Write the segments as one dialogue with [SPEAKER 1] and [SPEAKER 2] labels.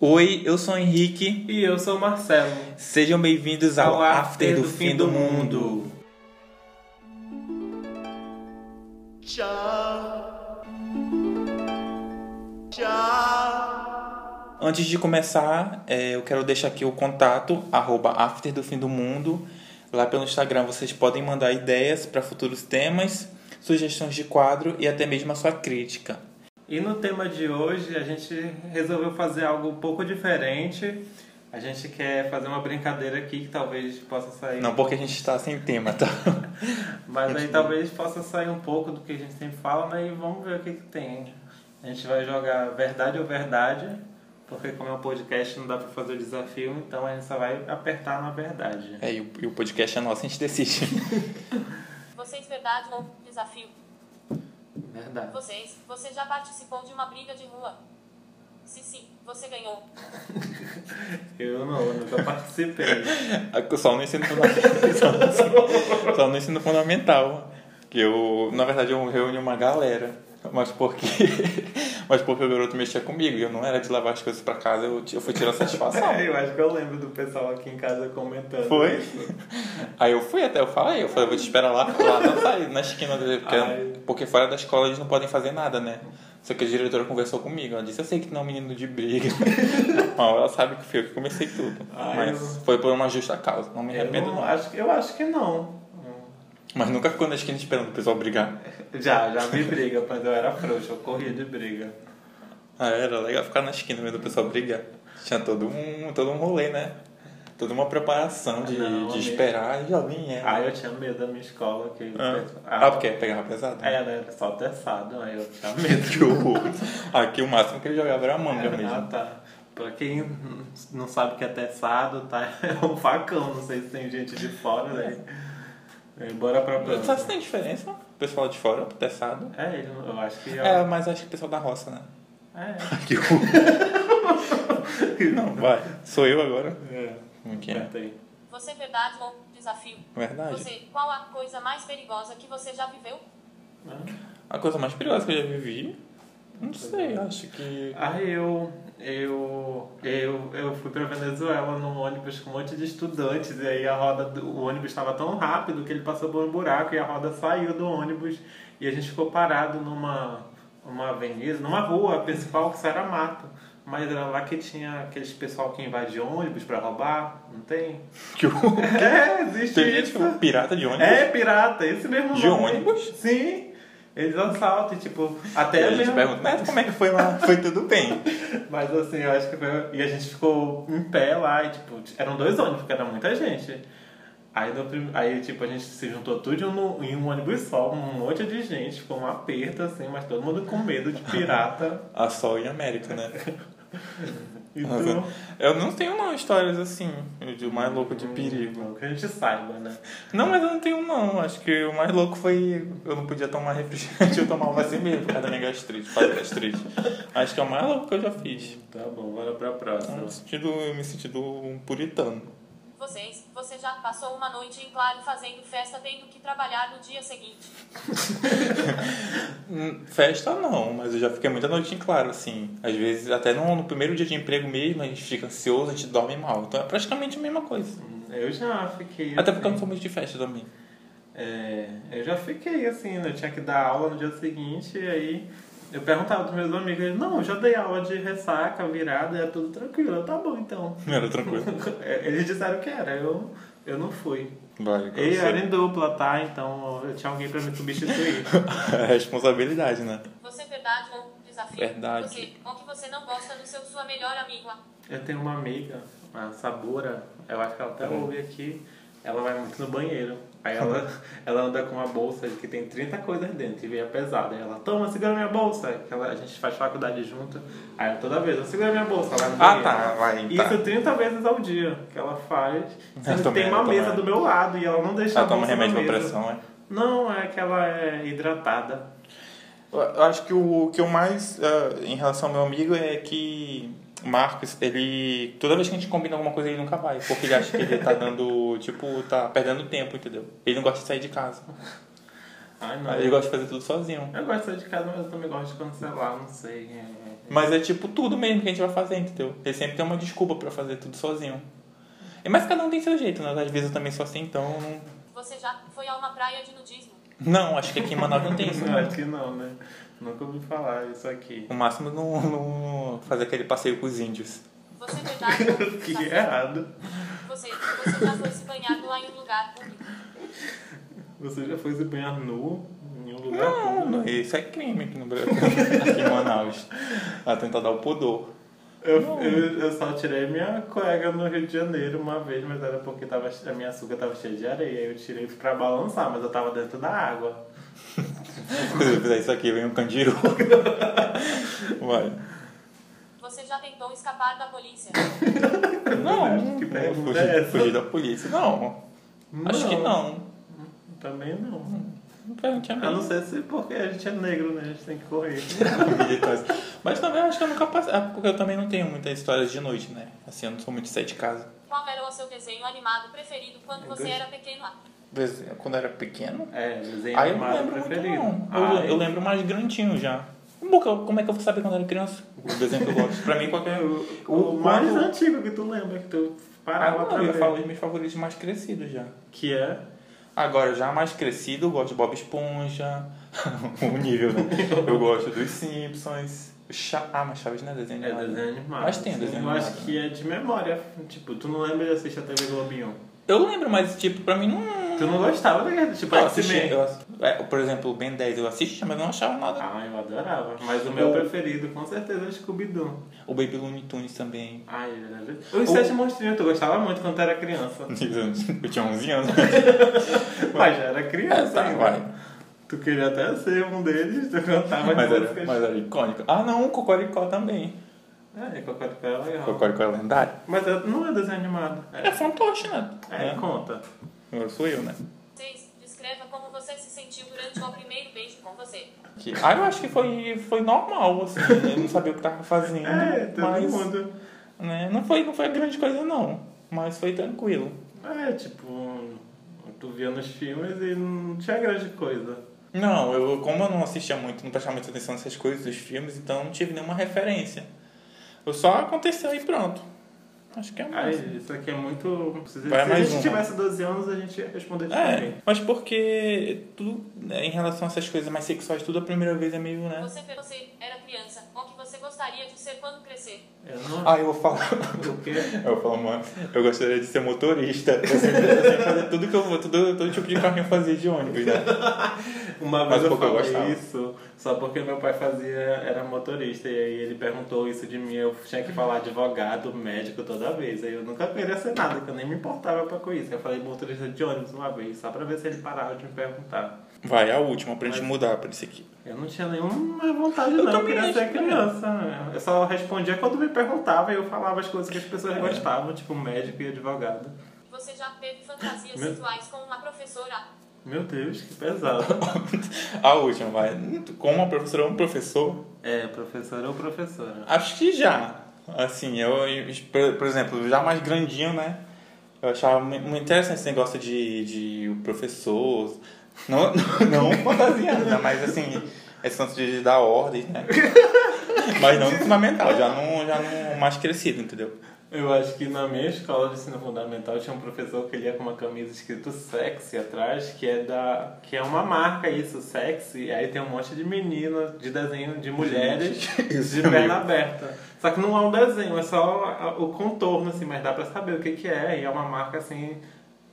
[SPEAKER 1] Oi, eu sou o Henrique.
[SPEAKER 2] E eu sou o Marcelo.
[SPEAKER 1] Sejam bem-vindos ao,
[SPEAKER 2] Ao
[SPEAKER 1] After do, Fim do mundo. Antes de começar, é, eu quero deixar aqui o contato, arroba After do Fim do Mundo. Lá pelo Instagram vocês podem mandar ideias para futuros temas, sugestões de quadro e até mesmo a sua crítica.
[SPEAKER 2] E no tema de hoje a gente resolveu fazer algo um pouco diferente. A gente quer fazer uma brincadeira aqui que talvez possa sair.
[SPEAKER 1] Não porque a gente está sem tema, tá?
[SPEAKER 2] Mas aí talvez possa sair um pouco do que a gente sempre fala, né? E vamos ver o que, que tem. A gente vai jogar verdade ou verdade, porque como é um podcast não dá pra fazer o desafio, então a gente só vai apertar na verdade.
[SPEAKER 1] É, e o, e o podcast é nosso, a gente decide.
[SPEAKER 3] Vocês, verdade ou desafio?
[SPEAKER 2] Verdade.
[SPEAKER 3] Vocês, você já participou de uma briga de rua? Se sim, você ganhou.
[SPEAKER 2] Eu não, eu nunca participei.
[SPEAKER 1] Só no ensino é fundamental. só, só no ensino é fundamental. Que eu, na verdade, eu reuni uma galera. Mas porque, mas porque o garoto mexia comigo. E eu não era de levar as coisas pra casa, eu, ti- eu fui tirar satisfação.
[SPEAKER 2] eu acho que eu lembro do pessoal aqui em casa comentando.
[SPEAKER 1] Foi? Aí eu fui até, eu falei, eu falei, vou te esperar lá, lá na saída, na esquina dele, porque,
[SPEAKER 2] Ai.
[SPEAKER 1] porque fora da escola eles não podem fazer nada, né? Só que a diretora conversou comigo, ela disse, eu sei que tu não é um menino de briga. Mal ela sabe que fui eu que comecei tudo.
[SPEAKER 2] Ai,
[SPEAKER 1] mas
[SPEAKER 2] eu-
[SPEAKER 1] foi por uma justa causa, não me
[SPEAKER 2] Eu,
[SPEAKER 1] arrependo
[SPEAKER 2] não
[SPEAKER 1] não.
[SPEAKER 2] acho, que- eu acho que não.
[SPEAKER 1] Mas nunca ficou na esquina esperando o pessoal brigar.
[SPEAKER 2] Já, já vi briga, mas eu era frouxo, eu corria de briga.
[SPEAKER 1] Ah, era legal ficar na esquina vendo o pessoal brigar. Tinha todo um, todo um rolê, né? Toda uma preparação de,
[SPEAKER 2] Não, amigo.
[SPEAKER 1] de esperar e já vinha.
[SPEAKER 2] Aí eu tinha medo da minha escola. Que
[SPEAKER 1] ah. ah, porque pegava pesado?
[SPEAKER 2] É, né? Era só terçado, aí eu tinha medo.
[SPEAKER 1] Que horror. Aqui o máximo que ele jogava era manga
[SPEAKER 2] Ah,
[SPEAKER 1] mesmo.
[SPEAKER 2] tá. Pra quem não sabe o que é terçado, tá? É um facão, não sei se tem gente de fora daí. É, Bora pra
[SPEAKER 1] Sabe se
[SPEAKER 2] próxima.
[SPEAKER 1] tem diferença? O pessoal de fora, pro teçado.
[SPEAKER 2] É, ele- eu acho que...
[SPEAKER 1] É, mas acho que o pessoal da roça, né?
[SPEAKER 2] é.
[SPEAKER 1] Que horror. Não, vai. Sou eu agora.
[SPEAKER 2] É.
[SPEAKER 1] Quem é?
[SPEAKER 2] Aperta aí.
[SPEAKER 3] Você, verdade ou desafio?
[SPEAKER 2] Ah,
[SPEAKER 1] Verdade.
[SPEAKER 3] Você, qual a coisa mais perigosa que você já viveu?
[SPEAKER 2] Ah.
[SPEAKER 1] A coisa mais perigosa que eu já vivi. Não sei, acho que.
[SPEAKER 2] Aí Ah, eu, eu, eu, eu fui pra Venezuela num ônibus com um monte de estudantes, e aí a roda do o ônibus estava tão rápido que ele passou por um buraco e a roda saiu do ônibus e a gente ficou parado numa uma avenida, numa rua principal que só era mato. Mas era lá que tinha aqueles pessoal que invade ônibus pra roubar, não tem?
[SPEAKER 1] Que horror.
[SPEAKER 2] É, existe
[SPEAKER 1] Tem
[SPEAKER 2] isso.
[SPEAKER 1] gente tipo, pirata de ônibus.
[SPEAKER 2] É, pirata, esse mesmo
[SPEAKER 1] De
[SPEAKER 2] nome.
[SPEAKER 1] ônibus?
[SPEAKER 2] Sim. Eles assaltam, e, tipo,
[SPEAKER 1] E
[SPEAKER 2] até
[SPEAKER 1] a gente
[SPEAKER 2] mesmo-
[SPEAKER 1] pergunta, mas como é que foi lá? Foi tudo bem.
[SPEAKER 2] Mas assim, eu acho que foi. E a gente ficou em pé lá, e tipo, t- eram dois ônibus, porque era muita gente. Aí, no prim... aí tipo, a gente se juntou tudo no... em um ônibus só, um monte de gente, ficou um aperto, assim, mas todo mundo com medo de pirata.
[SPEAKER 1] A Sol em América, né?
[SPEAKER 2] E
[SPEAKER 1] Nossa.
[SPEAKER 2] tudo.
[SPEAKER 1] Eu não tenho não histórias assim, de o mais louco de perigo.
[SPEAKER 2] Que a gente saiba, né?
[SPEAKER 1] Não, mas eu não tenho não. Acho que o mais louco foi eu não podia tomar refrigerante, eu tomava assim mesmo por causa da minha gastrite, fazer gastrite. Acho que é o mais louco que eu já fiz.
[SPEAKER 2] Tá bom, bora pra próxima.
[SPEAKER 1] Eu me sentido, eu me sentido um puritano.
[SPEAKER 3] Vocês, você já passou uma noite em claro fazendo festa tendo que trabalhar no dia seguinte?
[SPEAKER 1] Hum, Festa não, mas eu já fiquei muita noite em claro, assim. Às vezes, até no, no primeiro dia de emprego mesmo, a gente fica ansioso, a gente dorme mal. Então é praticamente a mesma coisa.
[SPEAKER 2] Hum, Eu já fiquei.
[SPEAKER 1] Até porque eu
[SPEAKER 2] assim.
[SPEAKER 1] não sou muito de festa também.
[SPEAKER 2] É, eu já fiquei assim, né? Eu tinha que dar aula no dia seguinte, e aí eu perguntava dos meus amigos, eles, não, eu já dei aula de ressaca, virada, é tudo tranquilo, Eu, tá bom então.
[SPEAKER 1] Não era tranquilo.
[SPEAKER 2] É, eles disseram que era, eu, eu não fui.
[SPEAKER 1] Vai,
[SPEAKER 2] E eu era
[SPEAKER 1] agora
[SPEAKER 2] em dupla, tá? Então eu tinha alguém pra me substituir.
[SPEAKER 1] você. É responsabilidade, né?
[SPEAKER 3] Você, verdade ou desafio?
[SPEAKER 1] Verdade.
[SPEAKER 3] Você, o que você não gosta no seu sua melhor amiga?
[SPEAKER 2] Eu tenho uma amiga, a Sabura, eu acho que ela até
[SPEAKER 1] Uhum.
[SPEAKER 2] ouve aqui, ela vai muito no banheiro. Aí ela, ela anda com uma bolsa que tem 30 coisas dentro e veio pesada. Aí ela, toma, segura minha bolsa. Que ela- a gente faz faculdade junto. Aí toda vez, eu segura minha bolsa lá no
[SPEAKER 1] Ah,
[SPEAKER 2] banheiro.
[SPEAKER 1] tá, vai. Tá.
[SPEAKER 2] Isso 30 vezes ao dia que ela faz.
[SPEAKER 1] Eu
[SPEAKER 2] Sendo que
[SPEAKER 1] também,
[SPEAKER 2] tem
[SPEAKER 1] eu
[SPEAKER 2] uma
[SPEAKER 1] também.
[SPEAKER 2] mesa do meu lado e ela não deixa
[SPEAKER 1] Ela
[SPEAKER 2] a
[SPEAKER 1] toma
[SPEAKER 2] bolsa na
[SPEAKER 1] remédio pra
[SPEAKER 2] mesa.
[SPEAKER 1] pressão, é?
[SPEAKER 2] Não, é que ela é hidratada.
[SPEAKER 1] Eu eu acho que o que eu mais, eh, em relação ao meu amigo, é que o Marcos, ele. Toda vez que a gente combina alguma coisa, ele nunca vai. Porque ele acha que ele tá dando. Tipo, tá perdendo tempo, entendeu? Ele não gosta de sair de casa.
[SPEAKER 2] Ai, não.
[SPEAKER 1] Aí eu gosto de fazer tudo sozinho.
[SPEAKER 2] Eu gosto de sair de casa, mas eu também gosto de cancelar, não sei. é.
[SPEAKER 1] Mas é tipo tudo mesmo que a gente vai fazer, entendeu? Ele sempre tem uma desculpa pra fazer tudo sozinho. E Mas cada um tem seu jeito, né? Às vezes eu também sou assim, então. eu Não,
[SPEAKER 3] Você já foi a uma praia de nudismo?
[SPEAKER 1] não acho que aqui em Manaus não tem isso,
[SPEAKER 2] Não,
[SPEAKER 1] né?
[SPEAKER 2] acho que não, né? Nunca ouvi falar isso aqui.
[SPEAKER 1] O máximo não, não fazer aquele passeio com os índios.
[SPEAKER 3] Você verdade ou
[SPEAKER 2] que é
[SPEAKER 3] tá certo?
[SPEAKER 2] errado.
[SPEAKER 3] Você, você já foi se banhar lá em um lugar público?
[SPEAKER 2] Você já foi se banhar nu em um lugar
[SPEAKER 1] Não,
[SPEAKER 2] público?
[SPEAKER 1] não, isso é crime aqui no Brasil, aqui em Manaus. A tentar dar o pudor.
[SPEAKER 2] Eu, eu, eu só tirei minha cueca no Rio de Janeiro uma vez, mas era porque tava, a minha açúcar tava cheia de areia. Eu tirei pra balançar, mas eu tava dentro da água.
[SPEAKER 1] Se eu fizer isso aqui, vem um candiru. Vai.
[SPEAKER 3] Você já tentou escapar da polícia?
[SPEAKER 1] Não,
[SPEAKER 2] Que pergunta é
[SPEAKER 1] tipo, fugir,
[SPEAKER 2] essa?
[SPEAKER 1] fugir da polícia. Não, acho que não.
[SPEAKER 2] Também não.
[SPEAKER 1] Eu tinha
[SPEAKER 2] A
[SPEAKER 1] medo.
[SPEAKER 2] não ser se porque a gente é negro, né? A gente tem que correr.
[SPEAKER 1] militância. Mas também acho que eu nunca passei. ah, Porque eu também não tenho muitas histórias de noite, né? Assim, eu não sou muito de sair de casa.
[SPEAKER 3] Qual era o seu desenho animado preferido quando
[SPEAKER 2] Meu
[SPEAKER 3] você
[SPEAKER 2] Deus.
[SPEAKER 3] era pequeno? Ah,
[SPEAKER 1] Pois é, Quando eu era pequeno.
[SPEAKER 2] É, desenho
[SPEAKER 1] Aí eu não
[SPEAKER 2] animado
[SPEAKER 1] lembro
[SPEAKER 2] preferido.
[SPEAKER 1] muito, não. Ah, Eu,
[SPEAKER 2] Ai,
[SPEAKER 1] eu lembro mais grandinho já. Como que eu- como é que eu vou saber quando eu era criança? O desenho que eu gosto. Pra mim, qualquer. um.
[SPEAKER 2] O,
[SPEAKER 1] O
[SPEAKER 2] o mais
[SPEAKER 1] quando-
[SPEAKER 2] antigo que tu lembra, que tu
[SPEAKER 1] Ah,
[SPEAKER 2] parava pra
[SPEAKER 1] não, eu
[SPEAKER 2] ver.
[SPEAKER 1] falo os meus favoritos mais crescidos já.
[SPEAKER 2] Que é...
[SPEAKER 1] Agora, já mais crescido, eu gosto de Bob Esponja. o nível, né? Eu gosto dos Simpsons. Cha- Ah, mas Chaves não é desenho
[SPEAKER 2] É
[SPEAKER 1] animado.
[SPEAKER 2] desenho animado.
[SPEAKER 1] Mas tem
[SPEAKER 2] Sim,
[SPEAKER 1] desenho
[SPEAKER 2] Eu acho
[SPEAKER 1] animado. né?
[SPEAKER 2] que é de memória. Tipo, tu não lembra de assistir a TV Globinho.
[SPEAKER 1] Eu lembro, mas tipo, pra mim não.
[SPEAKER 2] Tu não gostava daquele, tipo,
[SPEAKER 1] Eu
[SPEAKER 2] X-Men.
[SPEAKER 1] assistia, eu ass- é, por exemplo, o Ben 10 eu assistia, mas não achava nada.
[SPEAKER 2] Ah, eu adorava. Mas o meu
[SPEAKER 1] O-
[SPEAKER 2] preferido, com certeza, é o Scooby-Doo.
[SPEAKER 1] O Baby Looney Tunes também.
[SPEAKER 2] Ai, ele era... Os Sete Monstrinhos, tu gostava muito quando tu era criança.
[SPEAKER 1] Eu tinha 11 anos.
[SPEAKER 2] Mas já era
[SPEAKER 1] É,
[SPEAKER 2] criança
[SPEAKER 1] tá,
[SPEAKER 2] ainda.
[SPEAKER 1] vai.
[SPEAKER 2] Tu queria até ser um deles, tu cantava
[SPEAKER 1] Mas
[SPEAKER 2] as
[SPEAKER 1] era,
[SPEAKER 2] músicas.
[SPEAKER 1] mas era icônico. Ah, não, o Cocoricó também.
[SPEAKER 2] É, e Cocoricó é legal.
[SPEAKER 1] Cocoricó é lendário.
[SPEAKER 2] Mas é- não é desenho animado.
[SPEAKER 1] É
[SPEAKER 2] É,
[SPEAKER 1] fantoche, né?
[SPEAKER 2] é, conta.
[SPEAKER 1] Agora sou eu, né?
[SPEAKER 3] 6. Descreva como você se sentiu durante o primeiro beijo com você.
[SPEAKER 1] Que- Ah, eu acho que foi, foi normal, assim. Eu não sabia o que tava fazendo.
[SPEAKER 2] É, todo
[SPEAKER 1] mas,
[SPEAKER 2] mundo.
[SPEAKER 1] né, não, foi, não foi grande coisa, não. Mas foi tranquilo.
[SPEAKER 2] É, tipo, tu via nos filmes e não tinha grande coisa.
[SPEAKER 1] Não, eu, como eu não assistia muito, não prestava muita atenção nessas coisas, dos filmes, então não tive nenhuma referência. Eu só aconteceu e pronto. Acho que é
[SPEAKER 2] Ai,
[SPEAKER 1] mais.
[SPEAKER 2] isso aqui é muito. Se,
[SPEAKER 1] Vai
[SPEAKER 2] se a
[SPEAKER 1] mais
[SPEAKER 2] gente
[SPEAKER 1] uma.
[SPEAKER 2] tivesse 12 anos, a gente ia responder diferente.
[SPEAKER 1] É, mas porque tudo, né, em relação a essas coisas mais sexuais, tudo a primeira vez é meio, né?
[SPEAKER 3] Você, você era criança. O que você gostaria de ser quando crescer?
[SPEAKER 2] Eu não.
[SPEAKER 1] Ah, eu vou falar.
[SPEAKER 2] Porque
[SPEAKER 1] Eu falo, mano, eu gostaria de ser motorista. Eu sempre, eu sempre fazia tudo que eu vou, todo, todo tipo de carro que eu fazia de ônibus, né?
[SPEAKER 2] uma
[SPEAKER 1] Mas
[SPEAKER 2] vez eu
[SPEAKER 1] um pouco eu
[SPEAKER 2] falei
[SPEAKER 1] gostava.
[SPEAKER 2] isso, só porque meu pai fazia, era motorista, e aí ele perguntou isso de mim, eu tinha que falar advogado, médico toda vez. Aí eu nunca queria ser nada, que eu nem me importava pra com isso. Eu falei motorista de ônibus uma vez, só pra ver se ele parava de me perguntar.
[SPEAKER 1] Vai, a última, pra gente mudar pra esse aqui.
[SPEAKER 2] Eu não tinha nenhuma vontade,
[SPEAKER 1] Eu
[SPEAKER 2] não. Eu
[SPEAKER 1] também
[SPEAKER 2] queria
[SPEAKER 1] acho
[SPEAKER 2] ser
[SPEAKER 1] que é. não.
[SPEAKER 2] criança. né? Eu só respondia quando me perguntava e eu falava as coisas que as pessoas gostavam, tipo médico e advogado.
[SPEAKER 3] Você já teve fantasias
[SPEAKER 2] Meu-
[SPEAKER 3] sexuais com uma professora?
[SPEAKER 2] Meu Deus, que pesado.
[SPEAKER 1] A última, vai. Com uma professora ou um professor,
[SPEAKER 2] é, professora ou professora?
[SPEAKER 1] acho que já. Assim, eu, eu- por por exemplo, já mais grandinho, né? Eu achava mu- muito interessante esse negócio de, de o professor. Não, não fantasiando, né? Mas assim, esse lance de dar ordens, né? Mas não no fundamental, já não, já não mais crescido, entendeu?
[SPEAKER 2] Eu acho que na minha escola de ensino fundamental tinha um professor que ele ia com uma camisa escrito sexy atrás, que é da. que é uma marca isso, sexy, aí tem um monte de menina, de desenho de mulheres,
[SPEAKER 1] isso
[SPEAKER 2] de
[SPEAKER 1] é meio-
[SPEAKER 2] perna aberta. Só que não é um desenho, é só a- o contorno, assim, mas dá pra saber o que, que é, e é uma marca assim,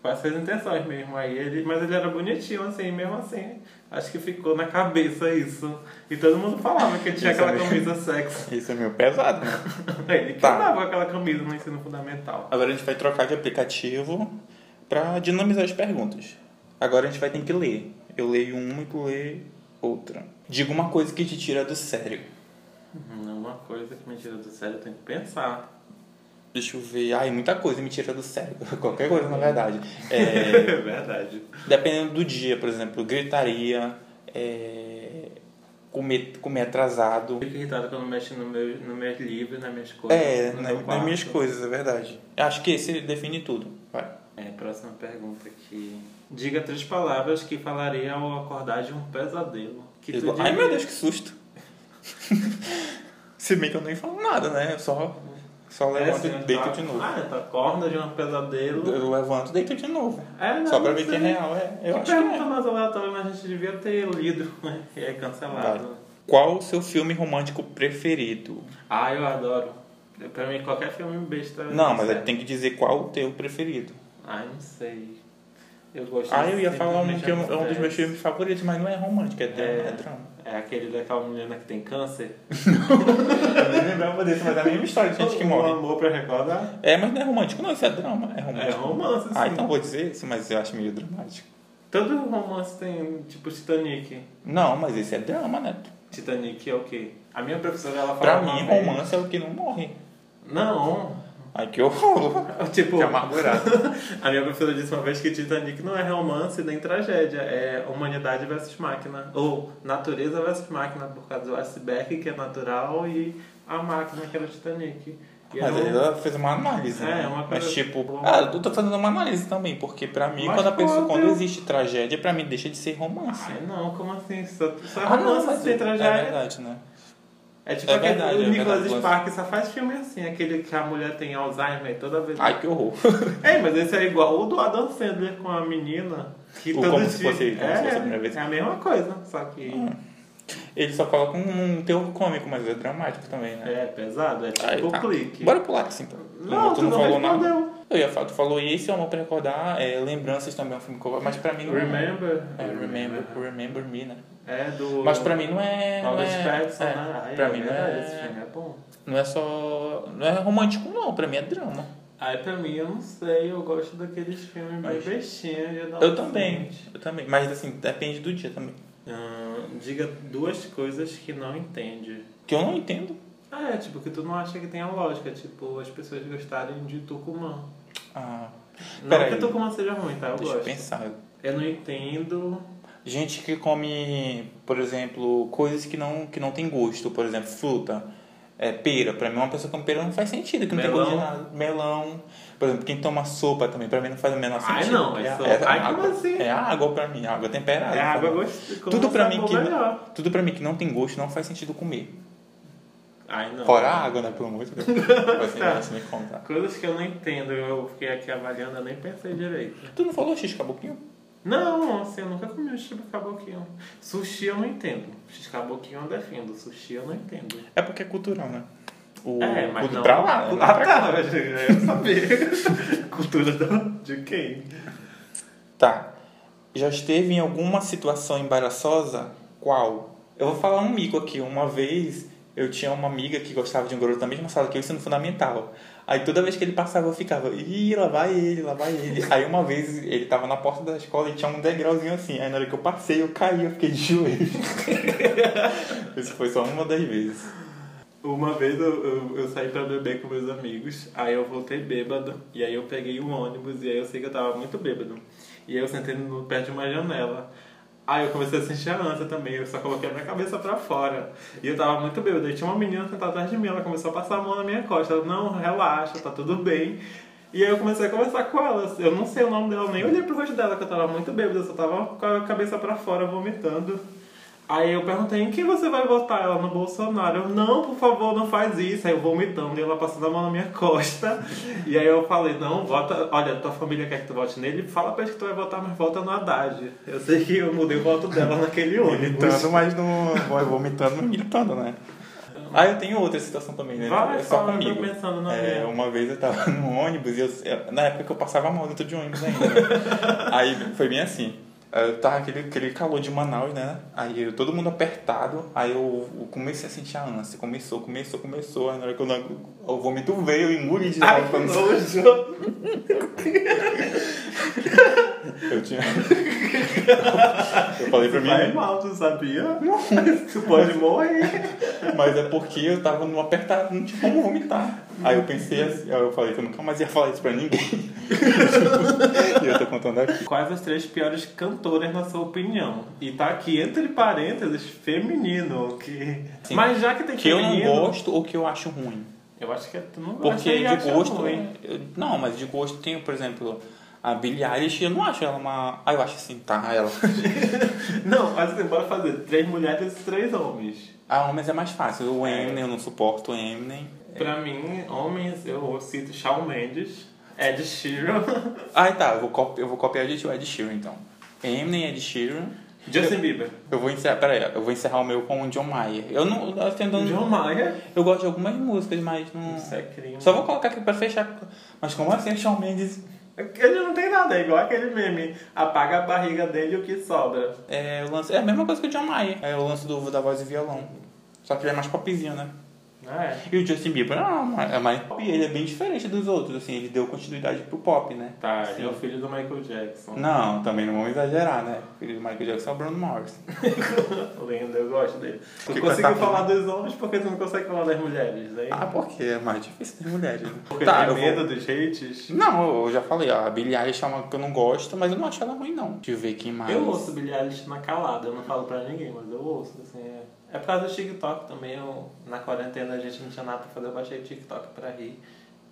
[SPEAKER 2] com essas intenções mesmo. Aí ele, mas ele era bonitinho, assim, mesmo assim. Acho que ficou na cabeça isso. E todo mundo falava que ele tinha
[SPEAKER 1] Isso é
[SPEAKER 2] aquela
[SPEAKER 1] meio-
[SPEAKER 2] camisa sexy.
[SPEAKER 1] Isso é meio pesado, né?
[SPEAKER 2] Ele que
[SPEAKER 1] Tá.
[SPEAKER 2] andava com aquela camisa no ensino fundamental.
[SPEAKER 1] Agora a gente vai trocar de aplicativo pra dinamizar as perguntas. Agora a gente vai ter que ler. Eu leio uma e tu lê outra. Diga uma coisa que te tira do sério.
[SPEAKER 2] Hum, É uma coisa que me tira do sério, eu tenho que pensar.
[SPEAKER 1] Deixa eu ver. Ai, muita coisa me tira do sério. Qualquer coisa, na verdade.
[SPEAKER 2] É,
[SPEAKER 1] É,
[SPEAKER 2] verdade.
[SPEAKER 1] dependendo do dia, por exemplo, gritaria, é, comer, comer atrasado.
[SPEAKER 2] Fico irritado quando mexo no meu, no meus livros, nas minhas coisas.
[SPEAKER 1] É,
[SPEAKER 2] no
[SPEAKER 1] na-
[SPEAKER 2] meu
[SPEAKER 1] nas minhas
[SPEAKER 2] quarto.
[SPEAKER 1] coisas, é verdade. Acho que esse define tudo. Vai.
[SPEAKER 2] É, pra próxima pergunta aqui. Diga três palavras que falaria ao acordar de um pesadelo. Que tu
[SPEAKER 1] Igual-
[SPEAKER 2] diria...
[SPEAKER 1] Ai meu Deus, que susto! Se bem que eu nem falo nada, né? Eu só, só
[SPEAKER 2] É,
[SPEAKER 1] levanto
[SPEAKER 2] assim,
[SPEAKER 1] e deito
[SPEAKER 2] tá-
[SPEAKER 1] um de novo.
[SPEAKER 2] Ah, tu acorda de um pesadelo.
[SPEAKER 1] Eu levanto e deito de novo.
[SPEAKER 2] É, não,
[SPEAKER 1] só pra
[SPEAKER 2] não
[SPEAKER 1] ver que
[SPEAKER 2] sei.
[SPEAKER 1] é real, é. Eu
[SPEAKER 2] que
[SPEAKER 1] acho que
[SPEAKER 2] pergunta
[SPEAKER 1] é.
[SPEAKER 2] mais aleatória, mas a gente devia ter lido. É cancelado.
[SPEAKER 1] Vai. Qual o seu filme romântico preferido?
[SPEAKER 2] Ah, eu adoro. Pra mim, qualquer filme besta. é
[SPEAKER 1] Não, mas é
[SPEAKER 2] serve.
[SPEAKER 1] aí tem que dizer qual o teu preferido.
[SPEAKER 2] Ah, eu não sei. Eu gosto
[SPEAKER 1] Ah, eu ia
[SPEAKER 2] de
[SPEAKER 1] falar um que é um- é um dos
[SPEAKER 2] Simplesmente
[SPEAKER 1] meus filmes favoritos, mas não é romântico, é drama.
[SPEAKER 2] É.
[SPEAKER 1] É drama.
[SPEAKER 2] Acontece. É aquele daquela menina que tem câncer.
[SPEAKER 1] Eu nem lembrava desse, mas é a mesma história de gente que
[SPEAKER 2] Um
[SPEAKER 1] morre.
[SPEAKER 2] amor pra recordar.
[SPEAKER 1] É, mas não é romântico, não, isso é drama. É romântico.
[SPEAKER 2] É romance, sim.
[SPEAKER 1] Ah, então vou dizer isso, mas eu acho meio dramático.
[SPEAKER 2] Todo romance tem, tipo, Titanic.
[SPEAKER 1] Não, mas esse é drama, né?
[SPEAKER 2] Titanic é o quê? A minha professora, ela fala...
[SPEAKER 1] Pra
[SPEAKER 2] uma
[SPEAKER 1] mim,
[SPEAKER 2] vez-
[SPEAKER 1] romance é o que não morre.
[SPEAKER 2] Não.
[SPEAKER 1] Ai, que horror.
[SPEAKER 2] Tipo...
[SPEAKER 1] Que é amargurado.
[SPEAKER 2] A minha professora disse uma vez que Titanic não é romance nem tragédia, é humanidade versus máquina. Ou natureza versus máquina, por causa do iceberg, que é natural, e a máquina, que era o Titanic. E
[SPEAKER 1] Mas
[SPEAKER 2] era um-
[SPEAKER 1] aí ela fez uma análise.
[SPEAKER 2] É,
[SPEAKER 1] né?
[SPEAKER 2] uma coisa-
[SPEAKER 1] Mas tipo, ah, eu tô fazendo uma análise também, porque pra mim,
[SPEAKER 2] Mas
[SPEAKER 1] quando a pessoa,
[SPEAKER 2] quando
[SPEAKER 1] quando
[SPEAKER 2] eu-
[SPEAKER 1] existe tragédia, pra mim deixa de ser romance.
[SPEAKER 2] Ai, não, como assim? Só, só
[SPEAKER 1] Ah,
[SPEAKER 2] romance sem
[SPEAKER 1] é
[SPEAKER 2] tragédia.
[SPEAKER 1] verdade, né?
[SPEAKER 2] É tipo
[SPEAKER 1] É
[SPEAKER 2] aquele
[SPEAKER 1] verdade,
[SPEAKER 2] o
[SPEAKER 1] é
[SPEAKER 2] Nicolas
[SPEAKER 1] verdade, Lance.
[SPEAKER 2] Sparks só faz filme assim, aquele que a mulher tem Alzheimer e toda vez.
[SPEAKER 1] Ai, que horror.
[SPEAKER 2] É, mas esse é igual o do Adam Sandler com a menina. Que
[SPEAKER 1] O
[SPEAKER 2] todo
[SPEAKER 1] Como Se
[SPEAKER 2] dia-
[SPEAKER 1] Fosse- Como
[SPEAKER 2] é,
[SPEAKER 1] Se Fosse a Primeira Vez.
[SPEAKER 2] É a mesma coisa, só que
[SPEAKER 1] Ele só coloca um, um teor cômico, mas é dramático também, né?
[SPEAKER 2] é pesado, é tipo
[SPEAKER 1] Aí,
[SPEAKER 2] o
[SPEAKER 1] tá.
[SPEAKER 2] clique.
[SPEAKER 1] Bora pular assim, então.
[SPEAKER 2] Não, tu não respondeu.
[SPEAKER 1] Eu ia falar, tu falou isso, eu amo pra recordar. é, Lembranças também é um filme que eu mas pra mim não
[SPEAKER 2] Remember?
[SPEAKER 1] É, remember, remember Me, né?
[SPEAKER 2] É do.
[SPEAKER 1] Mas pra mim não é. Não
[SPEAKER 2] Robert
[SPEAKER 1] é,
[SPEAKER 2] Pattinson,
[SPEAKER 1] é,
[SPEAKER 2] né? Ai,
[SPEAKER 1] pra
[SPEAKER 2] é
[SPEAKER 1] mim não
[SPEAKER 2] verdade, Esse filme
[SPEAKER 1] é,
[SPEAKER 2] é bom.
[SPEAKER 1] não é só. Não é romântico, não. Pra mim é drama.
[SPEAKER 2] Aí pra mim, eu não sei, eu gosto daqueles filmes bem
[SPEAKER 1] Mas-
[SPEAKER 2] bestinhos. de
[SPEAKER 1] Eu também.
[SPEAKER 2] adolescente.
[SPEAKER 1] Eu também. Mas assim, depende do dia também.
[SPEAKER 2] Ahn, diga duas coisas que não entende.
[SPEAKER 1] Que eu não entendo.
[SPEAKER 2] Ah, é, tipo, que tu não acha que tem a lógica, tipo, as pessoas gostarem de Tucumã.
[SPEAKER 1] Ah,
[SPEAKER 2] Não
[SPEAKER 1] Peraí.
[SPEAKER 2] que Tucumã seja ruim, tá? Eu
[SPEAKER 1] deixa eu
[SPEAKER 2] gosto.
[SPEAKER 1] pensar.
[SPEAKER 2] Eu não entendo.
[SPEAKER 1] Gente que come, por exemplo, coisas que não, que não tem gosto, por exemplo, fruta. É, pera, pra mim uma pessoa que come pera não faz sentido, que não
[SPEAKER 2] Melão.
[SPEAKER 1] tem gosto de nada. Melão. Por exemplo, quem toma sopa também, pra mim não faz o menor
[SPEAKER 2] Ai,
[SPEAKER 1] sentido.
[SPEAKER 2] não, mas
[SPEAKER 1] é,
[SPEAKER 2] sopa-
[SPEAKER 1] é
[SPEAKER 2] Ai, como
[SPEAKER 1] água,
[SPEAKER 2] assim?
[SPEAKER 1] é água pra mim, água temperada.
[SPEAKER 2] É água
[SPEAKER 1] sabe?
[SPEAKER 2] gostosa. com
[SPEAKER 1] Ah, tá Tudo pra, mim
[SPEAKER 2] sabor
[SPEAKER 1] que,
[SPEAKER 2] melhor.
[SPEAKER 1] tudo pra mim que não tem gosto não faz sentido comer.
[SPEAKER 2] Ai, não.
[SPEAKER 1] Fora a água, né? Pelo amor de Deus. assim, Você,
[SPEAKER 2] Tá.
[SPEAKER 1] você me conta.
[SPEAKER 2] Coisas que eu não entendo, eu fiquei aqui avaliando, eu nem pensei direito.
[SPEAKER 1] Tu não falou xixi caboquinho?
[SPEAKER 2] Não, assim, eu nunca comi um x caboquinho. Sushi eu não entendo. X caboquinho eu defendo, sushi eu não entendo.
[SPEAKER 1] É porque é cultural, né? O,
[SPEAKER 2] é, mas
[SPEAKER 1] o
[SPEAKER 2] não...
[SPEAKER 1] pra lá. né?
[SPEAKER 2] Ah, tá, mas eu sabia. Cultura da- de quem?
[SPEAKER 1] Tá. Já esteve em alguma situação embaraçosa? Qual? Eu vou falar um mico aqui. Uma vez eu tinha uma amiga que gostava de um garoto da mesma sala que eu, ensino fundamental. Aí toda vez que ele passava eu ficava, ih, lá vai ele, lá vai ele. Aí uma vez ele tava na porta da escola e tinha um degrauzinho assim. Aí na hora que eu passei eu caí, eu fiquei de joelho. Isso foi só uma das vezes.
[SPEAKER 2] Uma vez eu, eu, eu saí pra beber com meus amigos, aí eu voltei bêbado, e aí eu peguei um ônibus, e aí eu sei que eu tava muito bêbado. E aí eu sentei no pé de uma janela. Aí eu comecei a sentir a ânsia também, eu só coloquei a minha cabeça pra fora. E eu tava muito bêbado, e tinha uma menina sentada atrás de mim, ela começou a passar a mão na minha costa. Ela, não, relaxa, tá tudo bem. E aí eu comecei a conversar com ela, eu não sei o nome dela, nem olhei pro rosto dela, que eu tava muito bêbado, eu só tava com a cabeça pra fora, vomitando. Aí eu perguntei, em quem você vai votar? Ela, no Bolsonaro. Eu, não, por favor, não faz isso. Aí eu vomitando e ela passando a mão na minha costa. E aí eu falei, não, vota... Olha, tua família quer que tu vote nele. Fala pra eles que tu vai votar, mas vota no Haddad. Eu sei que eu mudei o voto dela naquele ônibus.
[SPEAKER 1] Vomitando, mas não. vai Vomitando, mas militando, né? Ah, eu tenho outra situação também, né?
[SPEAKER 2] Vai,
[SPEAKER 1] é só
[SPEAKER 2] fala, eu tô
[SPEAKER 1] comigo.
[SPEAKER 2] pensando na
[SPEAKER 1] é,
[SPEAKER 2] minha.
[SPEAKER 1] uma vez eu tava no ônibus e eu, eu- na época que eu passava mal dentro de ônibus ainda. né? Aí foi bem assim. Eu tava aquele, aquele calor de Manaus, né? Aí eu- todo mundo apertado, aí eu, eu comecei a sentir a ânsia. Começou, começou, começou. Aí na hora que eu, não- o vômito veio, eu engoli de
[SPEAKER 2] Ai,
[SPEAKER 1] novo.
[SPEAKER 2] que
[SPEAKER 1] pra não-
[SPEAKER 2] nojo.
[SPEAKER 1] Eu tinha. eu falei pra mim.
[SPEAKER 2] Vai mal, tu sabia? Tu pode morrer.
[SPEAKER 1] Mas é porque eu tava num apertado, não tinha como vomitar. Aí eu pensei assim, aí eu falei que eu nunca mais ia falar isso pra ninguém. e eu tô contando aqui.
[SPEAKER 2] Quais as três piores cantoras, na sua opinião? E tá aqui, entre parênteses, feminino. Que...
[SPEAKER 1] Sim.
[SPEAKER 2] Mas já que tem
[SPEAKER 1] Que eu não
[SPEAKER 2] feminino-
[SPEAKER 1] gosto ou que eu acho ruim.
[SPEAKER 2] Eu acho que tu não gosta
[SPEAKER 1] Porque
[SPEAKER 2] e
[SPEAKER 1] de
[SPEAKER 2] acha
[SPEAKER 1] gosto.
[SPEAKER 2] ruim.
[SPEAKER 1] eu- não, mas de gosto tem, por exemplo, A Billie Eilish, eu não acho ela uma. Ah, eu acho assim, tá, ela.
[SPEAKER 2] Não, mas assim, bora fazer três mulheres e três homens.
[SPEAKER 1] Ah, homens é mais fácil. O Eminem, eu não suporto o Eminem.
[SPEAKER 2] Pra mim, homens, eu cito Shawn Mendes, Ed Sheeran,
[SPEAKER 1] Ah, tá, eu vou, copi- eu vou copiar de ti o Ed Sheeran, então. Eminem, Ed Sheeran.
[SPEAKER 2] Justin Bieber,
[SPEAKER 1] Eu vou encerrar, peraí, eu vou encerrar o meu com o John Mayer. Eu não, eu tentando...
[SPEAKER 2] John Mayer.
[SPEAKER 1] Eu gosto de algumas músicas, mas não...
[SPEAKER 2] Isso é crime.
[SPEAKER 1] Só vou colocar aqui pra fechar. Mas como assim, Shawn Mendes?
[SPEAKER 2] Ele não tem nada, é igual aquele meme. Apaga a barriga dele e o que sobra.
[SPEAKER 1] É, o lance, é a mesma coisa que o John Mayer. É o lance do, da voz e violão. Só que ele é mais popzinho, né?
[SPEAKER 2] Ah, é.
[SPEAKER 1] E o Justin Bieber ah, mas- é mais pop. Ele é bem diferente dos outros, assim. Ele deu continuidade pro pop, né?
[SPEAKER 2] Tá,
[SPEAKER 1] Assim,
[SPEAKER 2] ele é o filho do Michael Jackson.
[SPEAKER 1] Não, também não vamos exagerar, né? Filho do Michael Jackson é o Bruno Morris.
[SPEAKER 2] Lenda, eu gosto dele. tá- Tu
[SPEAKER 1] Que
[SPEAKER 2] conseguiu
[SPEAKER 1] coisa
[SPEAKER 2] falar dos homens porque tu não consegue falar das mulheres, né?
[SPEAKER 1] Ah, por quê? É mais difícil ter mulheres. né?
[SPEAKER 2] porque
[SPEAKER 1] tá,
[SPEAKER 2] tem
[SPEAKER 1] eu vou-
[SPEAKER 2] medo dos hates.
[SPEAKER 1] Não, eu já falei, ó, a Billie Eilish é uma que eu não gosto, mas eu não acho ela ruim, não. Deixa eu ver quem mais.
[SPEAKER 2] Eu ouço Billie Eilish na calada, eu não falo pra ninguém, mas eu ouço, assim, é... É por causa do TikTok também, eu, na quarentena a gente não tinha nada pra fazer, eu baixei o TikTok pra rir.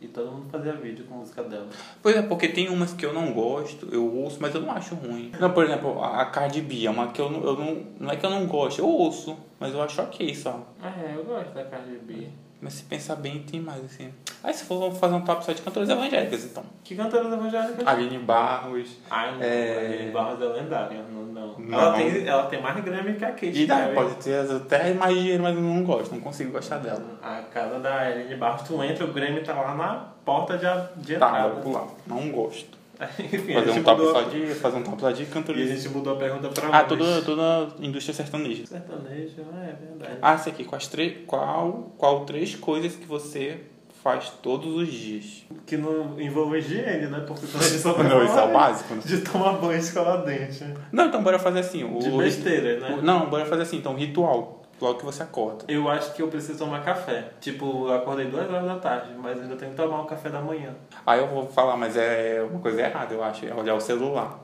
[SPEAKER 2] E todo mundo fazia vídeo com música dela.
[SPEAKER 1] Pois é, porque tem umas que eu não gosto, eu ouço, mas eu não acho ruim. Não, por exemplo, a a Cardi B é uma que eu não, eu não... Não é que eu não gosto, eu ouço, mas eu acho ok só.
[SPEAKER 2] Ah, é, eu gosto da Cardi B.
[SPEAKER 1] Mas se pensar bem, tem mais, assim. Aí se for fazer um top só de cantoras evangélicas, então.
[SPEAKER 2] Que cantora evangélica?
[SPEAKER 1] Aline Barros...
[SPEAKER 2] Ai, não,
[SPEAKER 1] Ah, É.
[SPEAKER 2] é... Barros é lendária, não, não.
[SPEAKER 1] Não.
[SPEAKER 2] Ela, tem, ela tem mais Grammy que a Kate
[SPEAKER 1] E daí,
[SPEAKER 2] Perry.
[SPEAKER 1] pode ter até mais dinheiro, mas eu não gosto, não consigo gostar dela.
[SPEAKER 2] A casa da Eline Barros, tu entra, o Grêmio tá lá na porta de, a- de
[SPEAKER 1] Tá,
[SPEAKER 2] entrada.
[SPEAKER 1] vou pular. Não gosto.
[SPEAKER 2] Enfim, a
[SPEAKER 1] Fazer
[SPEAKER 2] gente
[SPEAKER 1] um top
[SPEAKER 2] mudou-
[SPEAKER 1] só de... Fazer um top só de
[SPEAKER 2] E a
[SPEAKER 1] cantoras.
[SPEAKER 2] gente mudou a pergunta pra
[SPEAKER 1] Ah,
[SPEAKER 2] homens.
[SPEAKER 1] toda, toda indústria sertaneja.
[SPEAKER 2] Sertanejo, é verdade.
[SPEAKER 1] Ah, essa aqui, quais tre- qual, qual três coisas que você faz todos os dias?
[SPEAKER 2] Que não envolve higiene, né? Porque quando a gente só vai
[SPEAKER 1] Ah. Não, isso é o
[SPEAKER 2] falar
[SPEAKER 1] básico, né?
[SPEAKER 2] De tomar banho e escovar dente.
[SPEAKER 1] Não, então bora fazer assim. O,
[SPEAKER 2] De besteira, né?
[SPEAKER 1] o- não, bora fazer assim, então, ritual. Logo que você acorda.
[SPEAKER 2] Eu acho que eu preciso tomar café. Tipo, eu acordei duas horas da tarde, mas ainda tenho que tomar o café da manhã.
[SPEAKER 1] Aí eu vou falar, mas é uma coisa errada, eu acho, é olhar o celular.